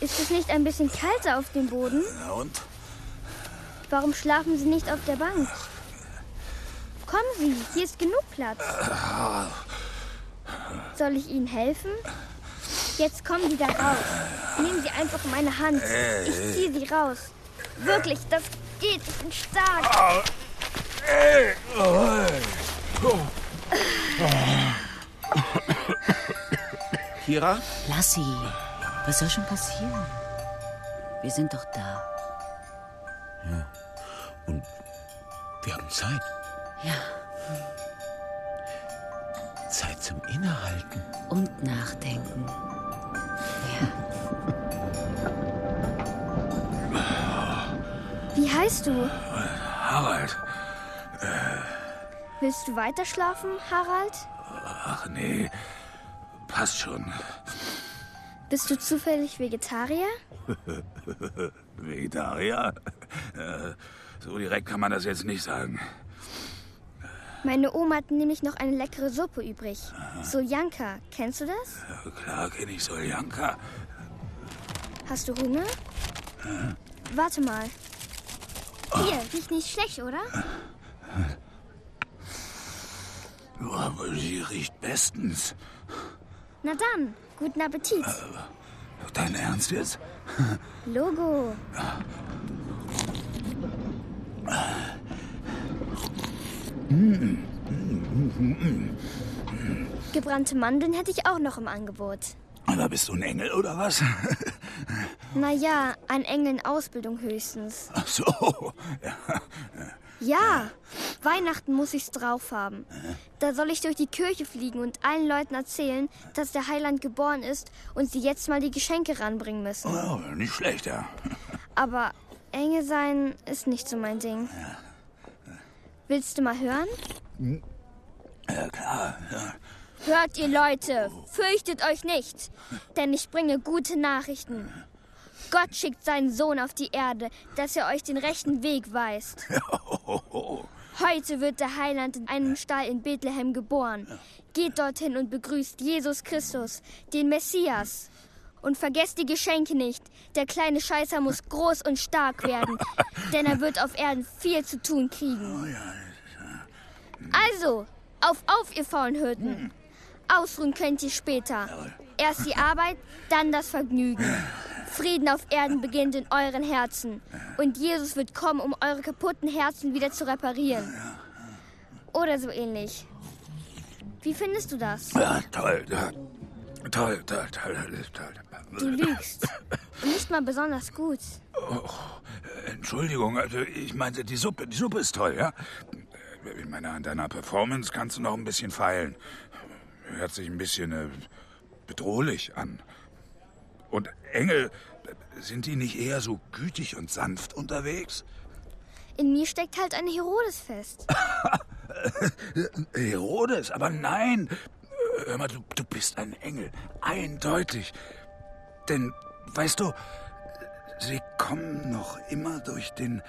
S3: Ist es nicht ein bisschen kalter auf dem Boden?
S16: na und?
S3: Warum schlafen Sie nicht auf der Bank? Kommen Sie, hier ist genug Platz. Soll ich Ihnen helfen? Jetzt kommen Sie da raus. Nehmen Sie einfach meine Hand.
S16: Äh.
S3: Ich ziehe Sie raus. Wirklich, das geht. Ich bin stark.
S16: Ey, oi. Oh.
S6: Kira?
S4: Lass sie. Was soll schon passieren? Wir sind doch da.
S16: Wir haben Zeit.
S4: Ja.
S16: Zeit zum Innehalten.
S4: Und nachdenken.
S3: Wie heißt du?
S16: Harald.
S3: Willst du weiter schlafen, Harald?
S16: Ach nee. Passt schon.
S3: Bist du zufällig Vegetarier?
S16: Vegetarier? Äh, so direkt kann man das jetzt nicht sagen.
S3: Meine Oma hat nämlich noch eine leckere Suppe übrig. Soljanka, kennst du das?
S16: Ja, klar kenne ich Soljanka.
S3: Hast du Hunger? Warte mal. Hier, riecht nicht schlecht, oder?
S16: Ja, aber sie riecht bestens.
S3: Na dann, guten Appetit.
S16: Dein Ernst jetzt?
S3: Logo.
S16: Mm. Mm.
S3: Gebrannte Mandeln hätte ich auch noch im Angebot.
S16: Aber bist du ein Engel oder was?
S3: Naja, ein Engel in Ausbildung höchstens.
S16: Ach so. Ja.
S3: Ja, Weihnachten muss ich's drauf haben. Da soll ich durch die Kirche fliegen und allen Leuten erzählen, dass der Heiland geboren ist und sie jetzt mal die Geschenke ranbringen müssen.
S16: Oh, nicht schlecht, ja.
S3: Aber Engel sein ist nicht so mein Ding. Willst du mal hören?
S16: Ja, klar. Ja.
S3: Hört ihr Leute, fürchtet euch nicht, denn ich bringe gute Nachrichten. Gott schickt seinen Sohn auf die Erde, dass er euch den rechten Weg weist. Heute wird der Heiland in einem Stall in Bethlehem geboren. Geht dorthin und begrüßt Jesus Christus, den Messias. Und vergesst die Geschenke nicht. Der kleine Scheißer muss groß und stark werden, denn er wird auf Erden viel zu tun kriegen. Also, auf, auf, ihr faulen Hirten. Ausruhen könnt ihr später. Erst die Arbeit, dann das Vergnügen. Frieden auf Erden beginnt in euren Herzen. Und Jesus wird kommen, um eure kaputten Herzen wieder zu reparieren. Oder so ähnlich. Wie findest du das?
S16: Ja, toll. Ja. Toll, toll, toll, toll, toll.
S3: Du lügst. Und nicht mal besonders gut.
S16: Oh, Entschuldigung, also ich meinte, die Suppe, die Suppe ist toll, ja? Ich meine, an deiner Performance kannst du noch ein bisschen feilen. Hört sich ein bisschen äh, bedrohlich an. Und Engel, sind die nicht eher so gütig und sanft unterwegs?
S3: In mir steckt halt ein Herodes fest.
S16: Herodes, aber nein. Hör mal, du, du bist ein Engel. Eindeutig. Denn, weißt du, sie kommen noch immer durch den,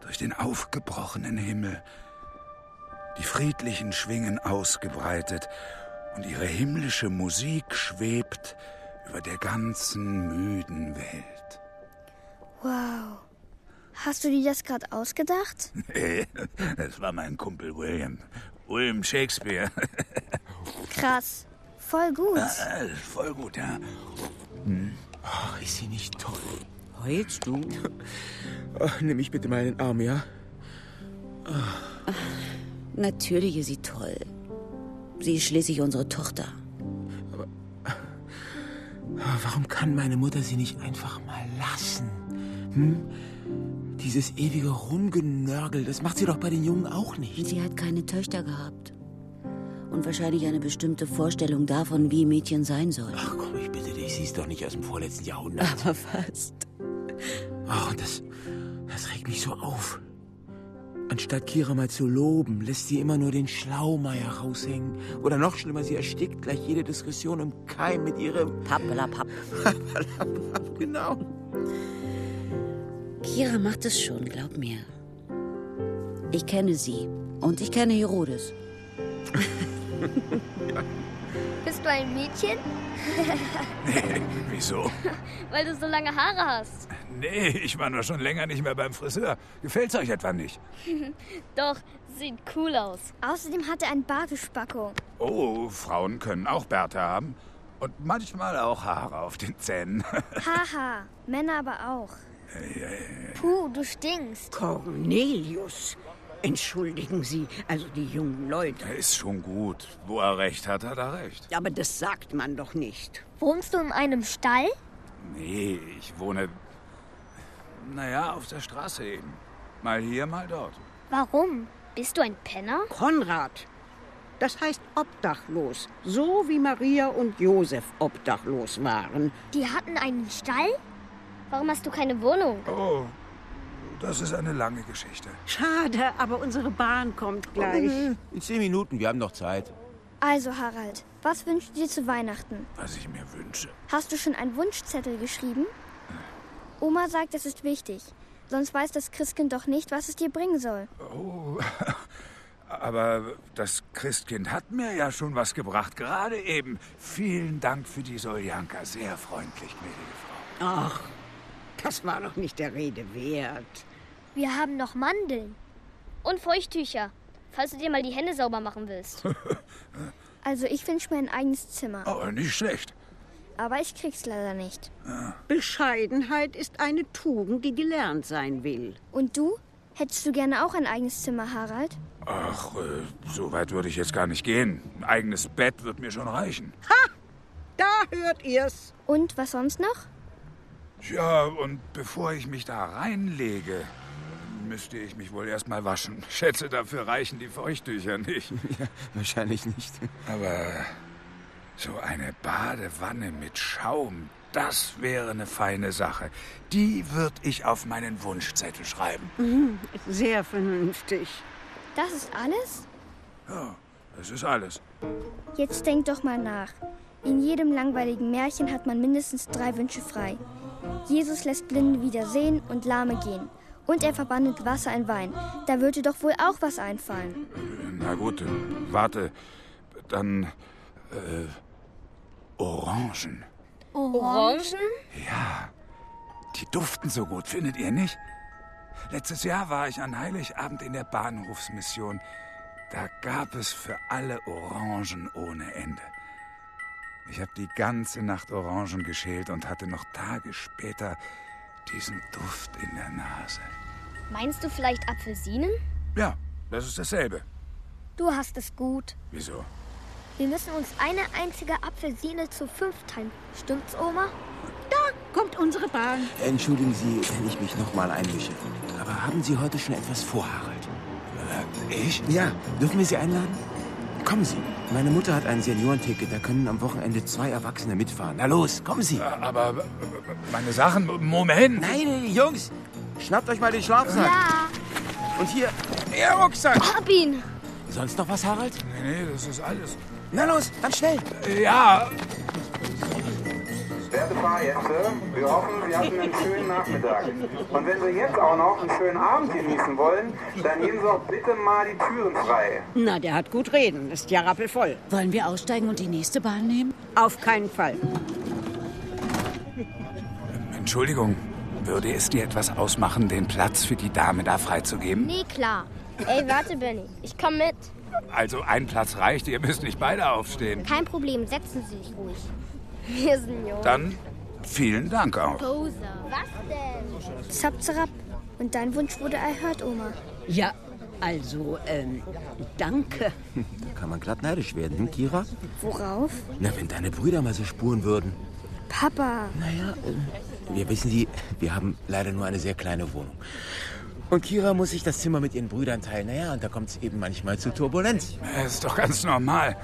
S16: durch den aufgebrochenen Himmel. Die Friedlichen schwingen ausgebreitet und ihre himmlische Musik schwebt über der ganzen müden Welt.
S3: Wow. Hast du dir das gerade ausgedacht?
S16: Nee, das war mein Kumpel William. William Shakespeare.
S3: Krass. Voll gut.
S16: Ah, voll gut, ja. Hm.
S6: Ach, ist sie nicht toll?
S4: Heulst du?
S6: Oh, nimm mich bitte mal in den Arm, ja? Oh.
S4: Natürlich ist sie toll. Sie ist schließlich unsere Tochter.
S6: Aber, aber warum kann meine Mutter sie nicht einfach mal lassen? Hm? Dieses ewige Rumgenörgel, das macht sie doch bei den Jungen auch nicht.
S4: Sie hat keine Töchter gehabt. Und wahrscheinlich eine bestimmte Vorstellung davon, wie Mädchen sein sollen.
S6: Ach komm, ich bitte dich, sie ist doch nicht aus dem vorletzten Jahrhundert.
S4: Aber fast.
S6: Ach, Ah, das, das regt mich so auf. Anstatt Kira mal zu loben, lässt sie immer nur den Schlaumeier raushängen. Oder noch schlimmer, sie erstickt gleich jede Diskussion im Keim mit ihrem...
S4: Pappelapapp.
S6: Pappelapapp, genau.
S4: Kira macht es schon, glaub mir. Ich kenne sie. Und ich kenne Herodes.
S2: Bist du ein Mädchen?
S16: nee, wieso?
S2: Weil du so lange Haare hast.
S16: Nee, ich war nur schon länger nicht mehr beim Friseur. Gefällt's euch etwa nicht?
S2: Doch, sieht cool aus.
S3: Außerdem hat er ein Bartespacko.
S16: Oh, Frauen können auch Bärte haben. Und manchmal auch Haare auf den Zähnen.
S3: Haha, Männer aber auch.
S2: Puh, du stinkst.
S10: Cornelius, entschuldigen Sie, also die jungen Leute.
S16: Ist schon gut. Wo er recht hat, hat er recht.
S10: Aber das sagt man doch nicht.
S2: Wohnst du in einem Stall?
S16: Nee, ich wohne naja, auf der Straße eben. Mal hier, mal dort.
S2: Warum? Bist du ein Penner?
S10: Konrad. Das heißt obdachlos. So wie Maria und Josef obdachlos waren.
S2: Die hatten einen Stall? Warum hast du keine Wohnung?
S16: Oh, das ist eine lange Geschichte.
S10: Schade, aber unsere Bahn kommt gleich.
S4: Mhm.
S6: In zehn Minuten, wir haben noch Zeit.
S3: Also, Harald, was wünschst du dir zu Weihnachten?
S16: Was ich mir wünsche.
S3: Hast du schon einen Wunschzettel geschrieben? Oma sagt, es ist wichtig. Sonst weiß das Christkind doch nicht, was es dir bringen soll.
S16: Oh, aber das Christkind hat mir ja schon was gebracht, gerade eben. Vielen Dank für die Soljanka, sehr freundlich, gnädige Frau.
S7: Ach, das war doch nicht der Rede wert.
S8: Wir haben noch Mandeln.
S2: Und Feuchttücher, falls du dir mal die Hände sauber machen willst.
S3: Also ich wünsche mir ein eigenes Zimmer.
S16: Oh, nicht schlecht.
S3: Aber ich krieg's leider nicht.
S7: Bescheidenheit ist eine Tugend, die gelernt sein will.
S3: Und du? Hättest du gerne auch ein eigenes Zimmer, Harald?
S16: Ach, äh, so weit würde ich jetzt gar nicht gehen. Ein eigenes Bett wird mir schon reichen.
S7: Ha! Da hört ihr's.
S3: Und was sonst noch?
S16: Ja, und bevor ich mich da reinlege, müsste ich mich wohl erst mal waschen. Schätze, dafür reichen die Feuchttücher nicht.
S6: Ja, wahrscheinlich nicht.
S16: Aber so eine Badewanne mit Schaum, das wäre eine feine Sache. Die würde ich auf meinen Wunschzettel schreiben.
S7: Mhm, Sehr vernünftig.
S3: Das ist alles?
S16: Ja, das ist alles.
S3: Jetzt denk doch mal nach. In jedem langweiligen Märchen hat man mindestens drei Wünsche frei. Jesus lässt Blinde wieder sehen und Lahme gehen. Und er verwandelt Wasser in Wein. Da würde doch wohl auch was einfallen.
S16: Na gut, äh, warte. Dann. Äh, Orangen.
S2: Orangen?
S16: Ja, die duften so gut, findet ihr nicht? Letztes Jahr war ich an Heiligabend in der Bahnhofsmission. Da gab es für alle Orangen ohne Ende. Ich habe die ganze Nacht Orangen geschält und hatte noch Tage später diesen Duft in der Nase.
S2: Meinst du vielleicht Apfelsinen?
S16: Ja, das ist dasselbe.
S8: Du hast es gut.
S16: Wieso?
S8: Wir müssen uns eine einzige Apfelsine zu fünf teilen. Stimmt's, Oma?
S7: Da kommt unsere Bahn.
S6: Entschuldigen Sie, wenn ich mich nochmal einmische. Aber haben Sie heute schon etwas vor, Harald? Äh,
S16: Ich?
S6: Ja, dürfen wir Sie einladen? Kommen Sie. Meine Mutter hat ein Seniorenticket. Da können am Wochenende zwei Erwachsene mitfahren. Na los, kommen Sie.
S16: Aber meine Sachen, Moment.
S6: Nein, Jungs, schnappt euch mal den Schlafsack.
S2: Ja.
S6: Und hier, Ihr Rucksack.
S2: Hab ihn!
S6: Sonst noch was, Harald?
S16: Nee, nee, das ist alles.
S6: Na los, dann schnell.
S16: Ja,
S11: Werte Fahrgäste, wir hoffen, Sie hatten einen schönen Nachmittag. Und wenn Sie jetzt auch noch einen schönen Abend genießen wollen, dann nehmen Sie doch bitte mal die Türen frei.
S7: Na, der hat gut reden. Ist ja rappelvoll.
S4: Wollen wir aussteigen und die nächste Bahn nehmen?
S7: Auf keinen Fall.
S16: Entschuldigung, würde es dir etwas ausmachen, den Platz für die Dame da freizugeben?
S2: Nee, klar. Ey, warte, Benny. Ich komm mit.
S16: Also ein Platz reicht, ihr müsst nicht beide aufstehen.
S2: Kein Problem, setzen Sie sich ruhig. Wir sind jung.
S16: Dann Hm? vielen Dank auch.
S2: Was denn?
S3: Zap, zap. Und dein Wunsch wurde erhört, Oma.
S10: Ja, also, ähm, danke.
S6: Da kann man glatt neidisch werden, hm, Kira?
S3: Worauf?
S6: Na, wenn deine Brüder mal so spuren würden.
S3: Papa.
S6: Naja, äh, wir wissen Sie, wir haben leider nur eine sehr kleine Wohnung. Und Kira muss sich das Zimmer mit ihren Brüdern teilen. Naja, und da kommt es eben manchmal zu Turbulenz.
S16: Das ist doch ganz normal.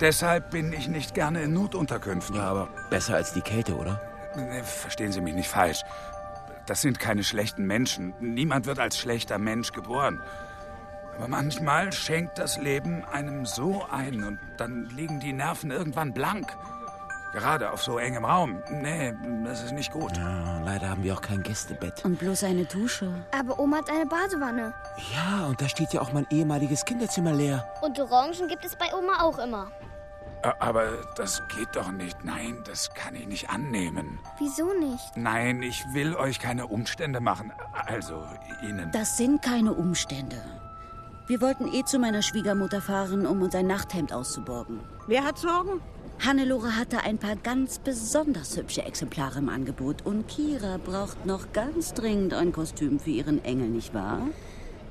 S16: Deshalb bin ich nicht gerne in Notunterkünften.
S6: Ja, aber besser als die Kälte, oder?
S16: Nee, Verstehen Sie mich nicht falsch. Das sind keine schlechten Menschen. Niemand wird als schlechter Mensch geboren. Aber manchmal schenkt das Leben einem so ein und dann liegen die Nerven irgendwann blank. Gerade auf so engem Raum. Nee, das ist nicht gut.
S6: Ja, Ah, leider haben wir auch kein Gästebett.
S4: Und bloß eine Dusche.
S3: Aber Oma hat eine Badewanne.
S6: Ja, und da steht ja auch mein ehemaliges Kinderzimmer leer.
S2: Und Orangen gibt es bei Oma auch immer.
S16: A- Aber das geht doch nicht. Nein, das kann ich nicht annehmen.
S3: Wieso nicht?
S16: Nein, ich will euch keine Umstände machen. Also Ihnen.
S4: Das sind keine Umstände. Wir wollten eh zu meiner Schwiegermutter fahren, um uns ein Nachthemd auszuborgen.
S7: Wer hat Sorgen?
S4: Hannelore hatte ein paar ganz besonders hübsche Exemplare im Angebot und Kira braucht noch ganz dringend ein Kostüm für ihren Engel, nicht wahr?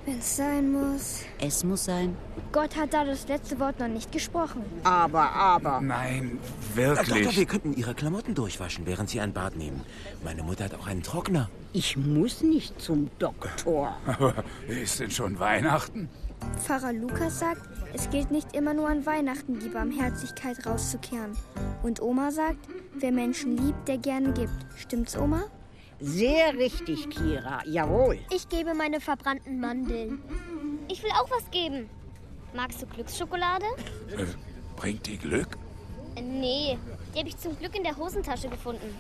S3: Wenn's sein muss.
S4: Es muss sein.
S3: Gott hat da das letzte Wort noch nicht gesprochen.
S7: Aber, aber.
S16: Nein,
S6: Doch, doch,
S16: wirklich.
S6: wir könnten Ihre Klamotten durchwaschen, während Sie ein Bad nehmen. Meine Mutter hat auch einen Trockner.
S7: Ich muss nicht zum Doktor.
S16: Aber ist denn schon Weihnachten?
S3: Pfarrer Lukas sagt, es gilt nicht immer nur an Weihnachten die Barmherzigkeit rauszukehren. Und Oma sagt, wer Menschen liebt, der gerne gibt. Stimmt's, Oma?
S7: Sehr richtig, Kira. Jawohl.
S8: Ich gebe meine verbrannten Mandeln.
S2: Ich will auch was geben. Magst du Glücksschokolade?
S16: Äh, Bringt die Glück?
S2: Äh, Nee, die habe ich zum Glück in der Hosentasche gefunden.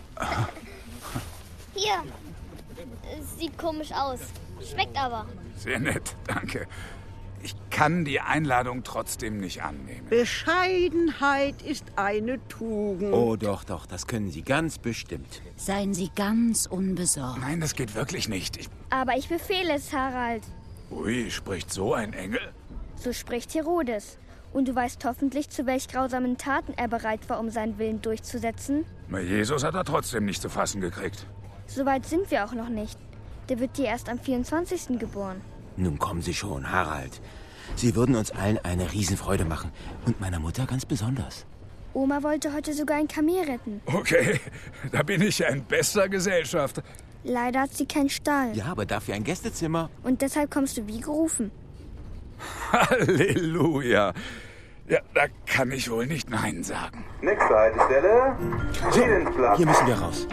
S2: Hier. Äh, Sieht komisch aus. Schmeckt aber.
S16: Sehr nett, danke. Ich kann die Einladung trotzdem nicht annehmen.
S7: Bescheidenheit ist eine Tugend.
S6: Oh, doch, doch, das können Sie ganz bestimmt.
S4: Seien Sie ganz unbesorgt.
S16: Nein, das geht wirklich nicht. Ich,
S17: Aber ich befehle es, Harald.
S16: ui, spricht so ein Engel?
S17: So spricht Herodes. Und du weißt hoffentlich, zu welch grausamen Taten er bereit war, um seinen Willen durchzusetzen.
S16: Na, Jesus hat er trotzdem nicht zu fassen gekriegt.
S17: Soweit sind wir auch noch nicht. Der wird dir erst am 24. geboren.
S6: Nun kommen Sie schon, Harald. Sie würden uns allen eine Riesenfreude machen. Und meiner Mutter ganz besonders.
S17: Oma wollte heute sogar ein Kamel retten.
S16: Okay, da bin ich ja in bester Gesellschaft.
S17: Leider hat sie keinen Stall.
S6: Ja, aber dafür ein Gästezimmer.
S17: Und deshalb kommst du wie gerufen.
S16: Halleluja. Ja, da kann ich wohl nicht Nein sagen.
S11: Nächste Haltestelle, Friedensplatz.
S6: Hier müssen wir raus.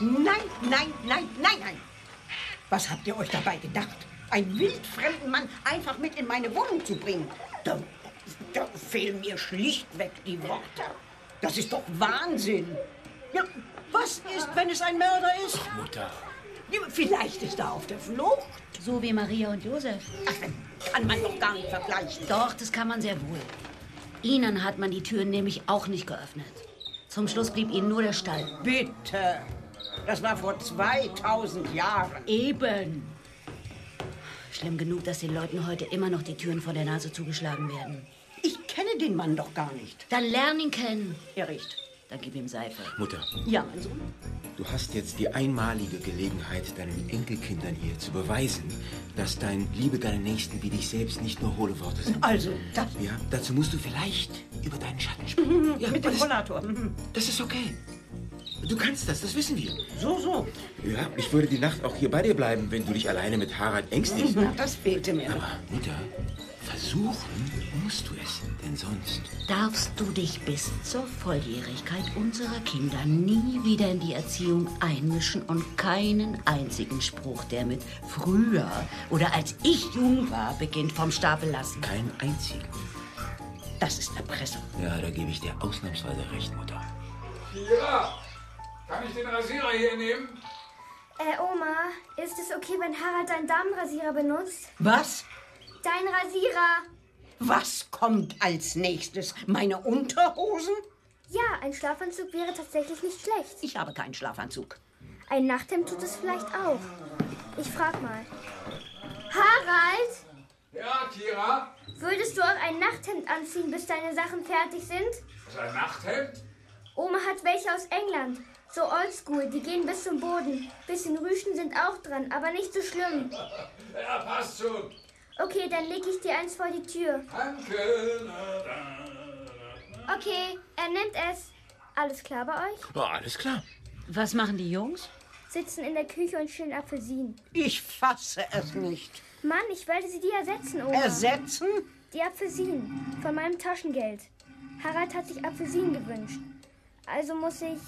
S7: Nein, nein, nein, nein, nein. Was habt ihr euch dabei gedacht? Einen wildfremden Mann einfach mit in meine Wohnung zu bringen? Da, da fehlen mir schlichtweg die Worte. Das ist doch Wahnsinn. Ja, was ist, wenn es ein Mörder ist?
S6: Mutter.
S7: Ja, Vielleicht ist er auf der Flucht.
S4: So wie Maria und Josef.
S7: Ach, das kann man doch gar nicht vergleichen.
S4: Doch, das kann man sehr wohl. Ihnen hat man die Türen nämlich auch nicht geöffnet. Zum Schluss blieb ihnen nur der Stall.
S7: Bitte. Das war vor 2000 Jahren.
S4: Eben. Schlimm genug, dass den Leuten heute immer noch die Türen vor der Nase zugeschlagen werden.
S7: Ich kenne den Mann doch gar nicht.
S4: Dann lern ihn kennen.
S7: Er riecht.
S4: Dann gib ihm Seife.
S6: Mutter,
S7: Ja, mein Sohn.
S6: du hast jetzt die einmalige Gelegenheit, deinen Enkelkindern hier zu beweisen, dass dein Liebe deinen Nächsten wie dich selbst nicht nur hohle Worte sind.
S7: Also, das
S6: Ja, dazu musst du vielleicht über deinen Schatten springen. Ja,
S7: mit dem
S6: das-
S7: Rollator. Mhm.
S6: Das ist okay. Du kannst das, das wissen wir.
S7: So, so.
S6: Ja, ich würde die Nacht auch hier bei dir bleiben, wenn du dich alleine mit Harald ängstigst.
S7: Na, Mhm, das fehlte mir. noch.
S6: Aber Mutter, versuchen musst du es, denn sonst.
S4: Darfst du dich bis zur Volljährigkeit unserer Kinder nie wieder in die Erziehung einmischen und keinen einzigen Spruch, der mit früher oder als ich jung war, beginnt, vom Stapel lassen?
S6: Keinen einzigen.
S7: Das ist Erpressung.
S6: Ja, da gebe ich dir ausnahmsweise recht, Mutter.
S16: Kira, kann ich den Rasierer hier nehmen?
S3: Äh, Oma, ist es okay, wenn Harald deinen Damenrasierer benutzt?
S7: Was?
S3: Dein Rasierer!
S7: Was kommt als nächstes? Meine Unterhosen?
S3: Ja, ein Schlafanzug wäre tatsächlich nicht schlecht.
S7: Ich habe keinen Schlafanzug.
S3: Ein Nachthemd tut es vielleicht auch. Ich frag mal. Harald,
S16: Ja, Kira.
S3: würdest du auch ein Nachthemd anziehen, bis deine Sachen fertig sind?
S16: Ist ein Nachthemd?
S3: Oma hat welche aus England. So oldschool, die gehen bis zum Boden. Bisschen Rüschen sind auch dran, aber nicht so schlimm.
S16: Ja, passt schon.
S3: Okay, dann leg ich dir eins vor die Tür.
S16: Danke.
S3: Okay, er nimmt es. Alles klar bei euch?
S6: Oh, alles klar.
S4: Was machen die Jungs?
S3: Sitzen in der Küche und schälen Apfelsinen.
S7: Ich fasse es nicht.
S3: Mann, ich werde sie dir ersetzen, Oma.
S7: Ersetzen?
S3: Die Apfelsinen von meinem Taschengeld. Harald hat sich Apfelsinen gewünscht. Also muss ich.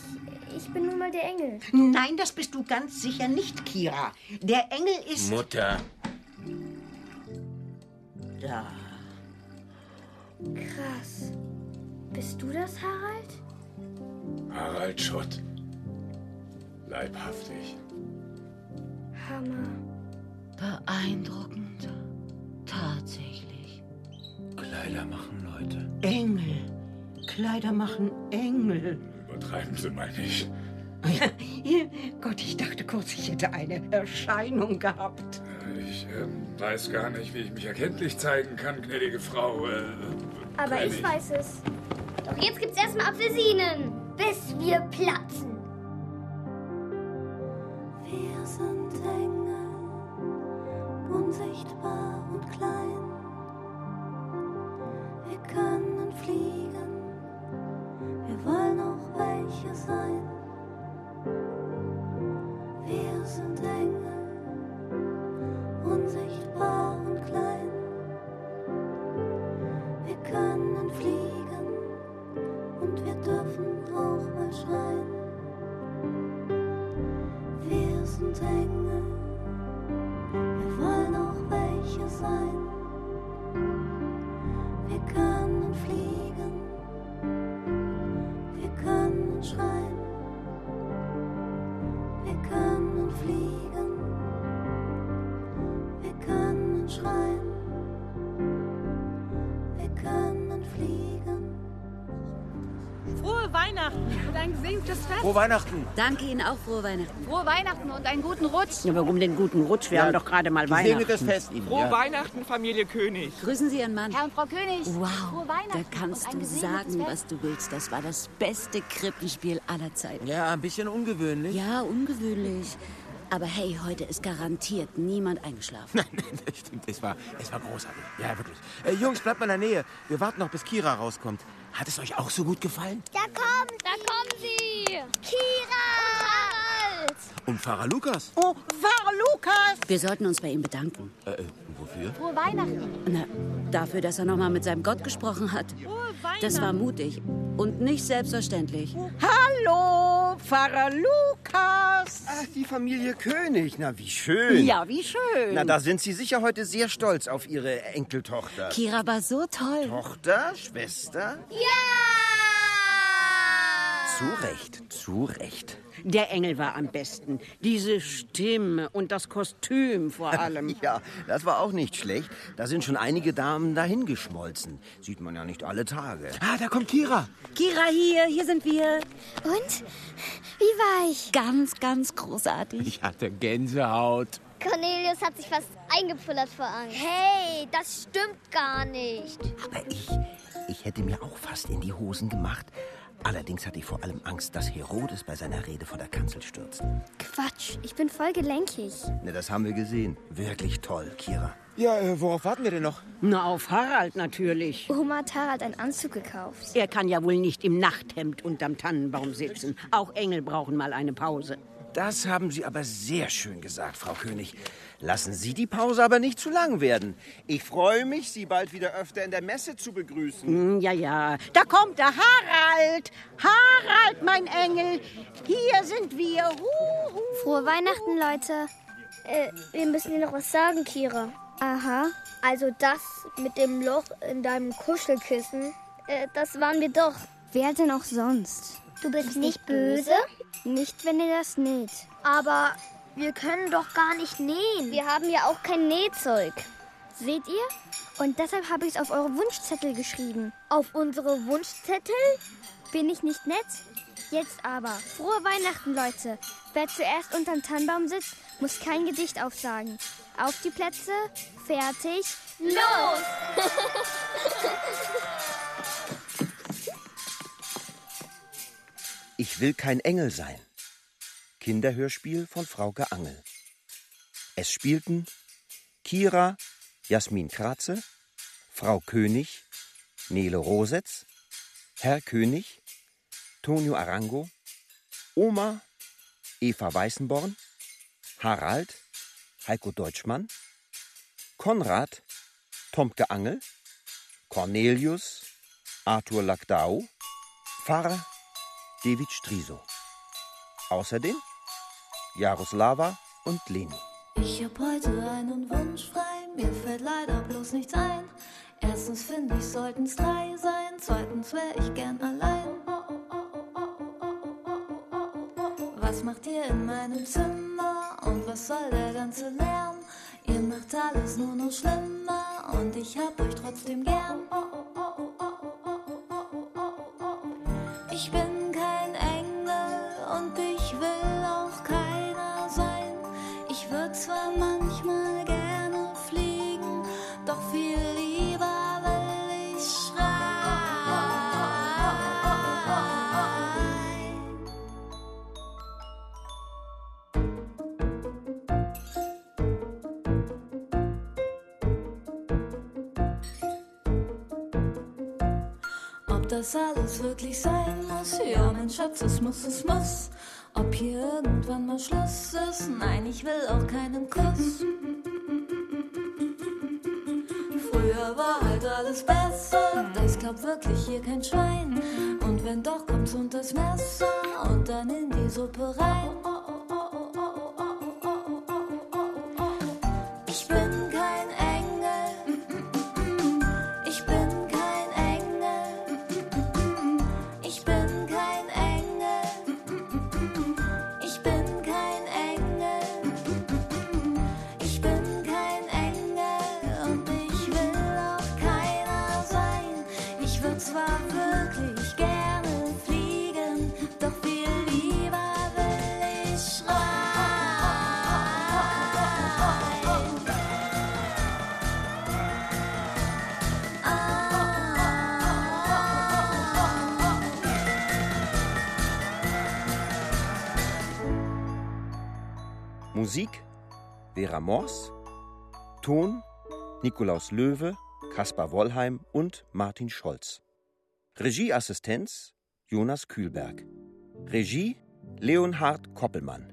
S3: Ich bin nun mal der Engel.
S7: Nein, das bist du ganz sicher nicht, Kira. Der Engel ist
S6: Mutter.
S7: da.
S3: Krass. Bist du das, Harald?
S16: Harald Schott. Leibhaftig.
S3: Hammer.
S4: Beeindruckend. Tatsächlich.
S6: Kleider machen Leute.
S7: Engel. Kleider machen Engel.
S16: Übertreiben Sie mal nicht.
S7: Gott, ich dachte kurz, ich hätte eine Erscheinung gehabt.
S16: Ich ähm, weiß gar nicht, wie ich mich erkenntlich zeigen kann, gnädige Frau. Äh,
S3: Aber
S16: König.
S3: ich weiß es.
S2: Doch jetzt gibt's erstmal Apfelsinen, bis wir platzen.
S8: Wir sind Engel, unsichtbar und klein. Wir können fliegen, wir wollen auch welche sein. Wir sind Engel, unsichtbar und klein. Wir können fliegen und wir dürfen auch mal schreien. Wir sind Engel, wir wollen auch welche sein.
S18: frohe Weihnachten und ein gesegnetes Fest.
S6: Frohe Weihnachten.
S4: Danke Ihnen auch, frohe Weihnachten.
S18: Frohe Weihnachten und einen guten Rutsch.
S7: Ja, warum den guten Rutsch? Wir
S6: Ja,
S7: haben doch gerade mal Weihnachten.
S6: gesegnetes Fest Ihnen,
S18: Frohe Weihnachten, Familie König.
S4: Grüßen Sie Ihren Mann.
S18: Herr und Frau König.
S4: Wow,
S18: Frohe
S4: da
S18: Weihnachten
S4: kannst
S18: und ein
S4: du
S18: gesegnetes
S4: sagen,
S18: Fest.
S4: was du willst. Das war das beste Krippenspiel aller Zeiten.
S6: Ja, ein bisschen ungewöhnlich.
S4: Ja, ungewöhnlich. Aber hey, heute ist garantiert niemand eingeschlafen.
S6: Nein, nein, das stimmt. Es war, es war großartig. Ja, wirklich. Äh, Jungs, bleibt mal in der Nähe. Wir warten noch, bis Kira rauskommt. Hat es euch auch so gut gefallen?
S2: Da kommen sie. Da kommen sie. Kira. Und Harald.
S6: Und Pfarrer Lukas?
S4: Oh, Pfarrer Lukas! Wir sollten uns bei ihm bedanken.
S6: Äh, äh, wofür?
S18: Frohe Weihnachten.
S4: Na, dafür, dass er nochmal mit seinem Gott gesprochen hat. Das war mutig und nicht selbstverständlich.
S10: Hallo, Pfarrer Lukas.
S19: Ach, die Familie König. Na, wie schön.
S10: Ja, wie schön.
S19: Na, da sind Sie sicher heute sehr stolz auf Ihre Enkeltochter.
S4: Kira war so toll.
S19: Tochter, Schwester?
S6: Zu Recht, zu Recht.
S7: Der Engel war am besten. Diese Stimme und das Kostüm vor allem.
S19: Ja, das war auch nicht schlecht. Da sind schon einige Damen dahingeschmolzen. Sieht man ja nicht alle Tage.
S6: Ah, da kommt Kira.
S4: Kira hier, hier sind wir.
S3: Und? Wie war ich?
S4: Ganz, ganz großartig.
S6: Ich hatte Gänsehaut.
S2: Cornelius hat sich fast eingepullert vor Angst. Hey, das stimmt gar nicht.
S1: Äh, Ich hätte mir auch fast in die Hosen gemacht. Allerdings hatte ich vor allem Angst, dass Herodes bei seiner Rede von der Kanzel stürzt.
S3: Quatsch, ich bin voll gelenkig.
S19: Ne,
S1: Na, das haben wir gesehen. Wirklich toll, Kira.
S6: Ja, äh, worauf warten wir denn noch?
S7: Na, auf Harald natürlich.
S3: Oma hat Harald einen Anzug gekauft.
S7: Er kann ja wohl nicht im Nachthemd unterm Tannenbaum sitzen. Auch Engel brauchen mal eine Pause.
S19: Das haben Sie aber sehr schön gesagt, Frau König. Lassen Sie die Pause aber nicht zu lang werden. Ich freue mich, Sie bald wieder öfter in der Messe zu begrüßen.
S7: Hm, Ja, ja, da kommt der Harald. Harald, mein Engel. Hier sind wir. Huhu.
S3: Frohe Weihnachten, Leute.
S8: Äh, wir müssen dir noch was sagen, Kira.
S3: Aha.
S8: Also das mit dem Loch in deinem Kuschelkissen, äh, das waren wir doch.
S3: Wer denn auch sonst?
S8: Du bist nicht
S3: Nicht, wenn ihr das näht.
S8: Aber wir können doch gar nicht nähen. Wir haben ja auch kein Nähzeug.
S3: Seht ihr? Und deshalb habe ich es auf eure Wunschzettel geschrieben.
S8: Auf unsere Wunschzettel?
S3: Bin ich nicht nett? Jetzt aber. Frohe Weihnachten, Leute. Wer zuerst unterm Tannenbaum sitzt, muss kein Gedicht aufsagen. Auf die Plätze. Fertig.
S2: Los!
S1: Ich will kein Engel sein. Kinderhörspiel von Frauke Angel. Es spielten Kira, Jasmin Kratze, Frau König, Nele Rosetz, Herr König, Tonio Arango, Oma, Eva Weißenborn, Harald, Heiko Deutschmann, Konrad, Tomke Angel, Cornelius, Arthur Lackdau, Pfarrer, David Striso. Außerdem Jaroslava und Leni.
S5: Ich hab heute einen Wunsch frei, mir fällt leider bloß nichts ein. Erstens finde ich, sollten's drei sein, zweitens wär ich gern allein. Was macht ihr in meinem Zimmer und was soll der ganze Lärm? Ihr macht alles nur noch schlimmer und ich hab euch trotzdem gern. Ich bin kein Engel und ich will auch keiner sein. Ich würde zwar manchmal gerne fliegen, doch viel lieber will ich schreien. Ob das alles wirklich sein muss? Ja, mein Schatz, es muss, es muss. Ob hier irgendwann mal Schluss ist? Nein, ich will auch keinen Kuss. Früher war halt alles besser, das glaubt wirklich hier kein Schwein. Und wenn doch, kommt's unter das Messer und dann in die Suppe rein. Ich bin kein Engel, ich bin kein Engel, ich bin kein Engel, ich bin kein Engel. Ich bin kein Engel und ich will auch keiner sein. Ich würde zwar wirklich gerne fliegen. Ah.
S1: Musik Vera Mors, Ton Nikolaus Löwe, Kaspar Wollheim und Martin Scholz. Regieassistenz Jonas Kühlberg. Regie Leonhard Koppelmann.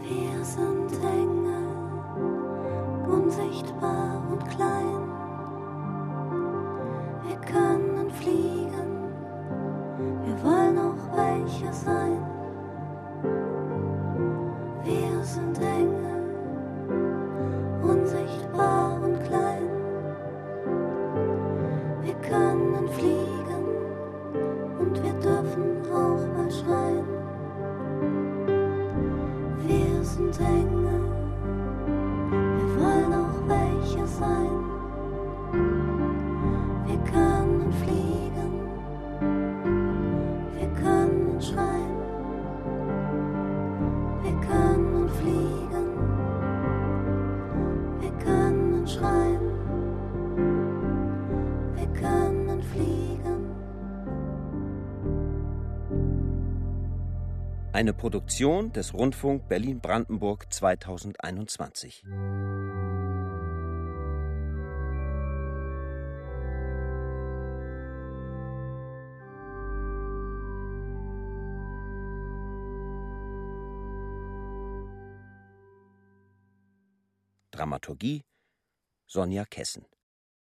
S8: Wir sind Engel, unsichtbar und klein. Wir können fliegen, wir wollen auch welche sein. Wir sind Engel, unsichtbar und klein. Wir können fliegen und wir dürfen auch mal schreien. Wir sind Engel, wir wollen auch welche sein. Wir können fliegen, wir können schreien. Wir können fliegen, wir können schreien. Wir können fliegen.
S1: Eine Produktion des Rundfunk Berlin-Brandenburg 2021. Dramaturgie Sonja Kessen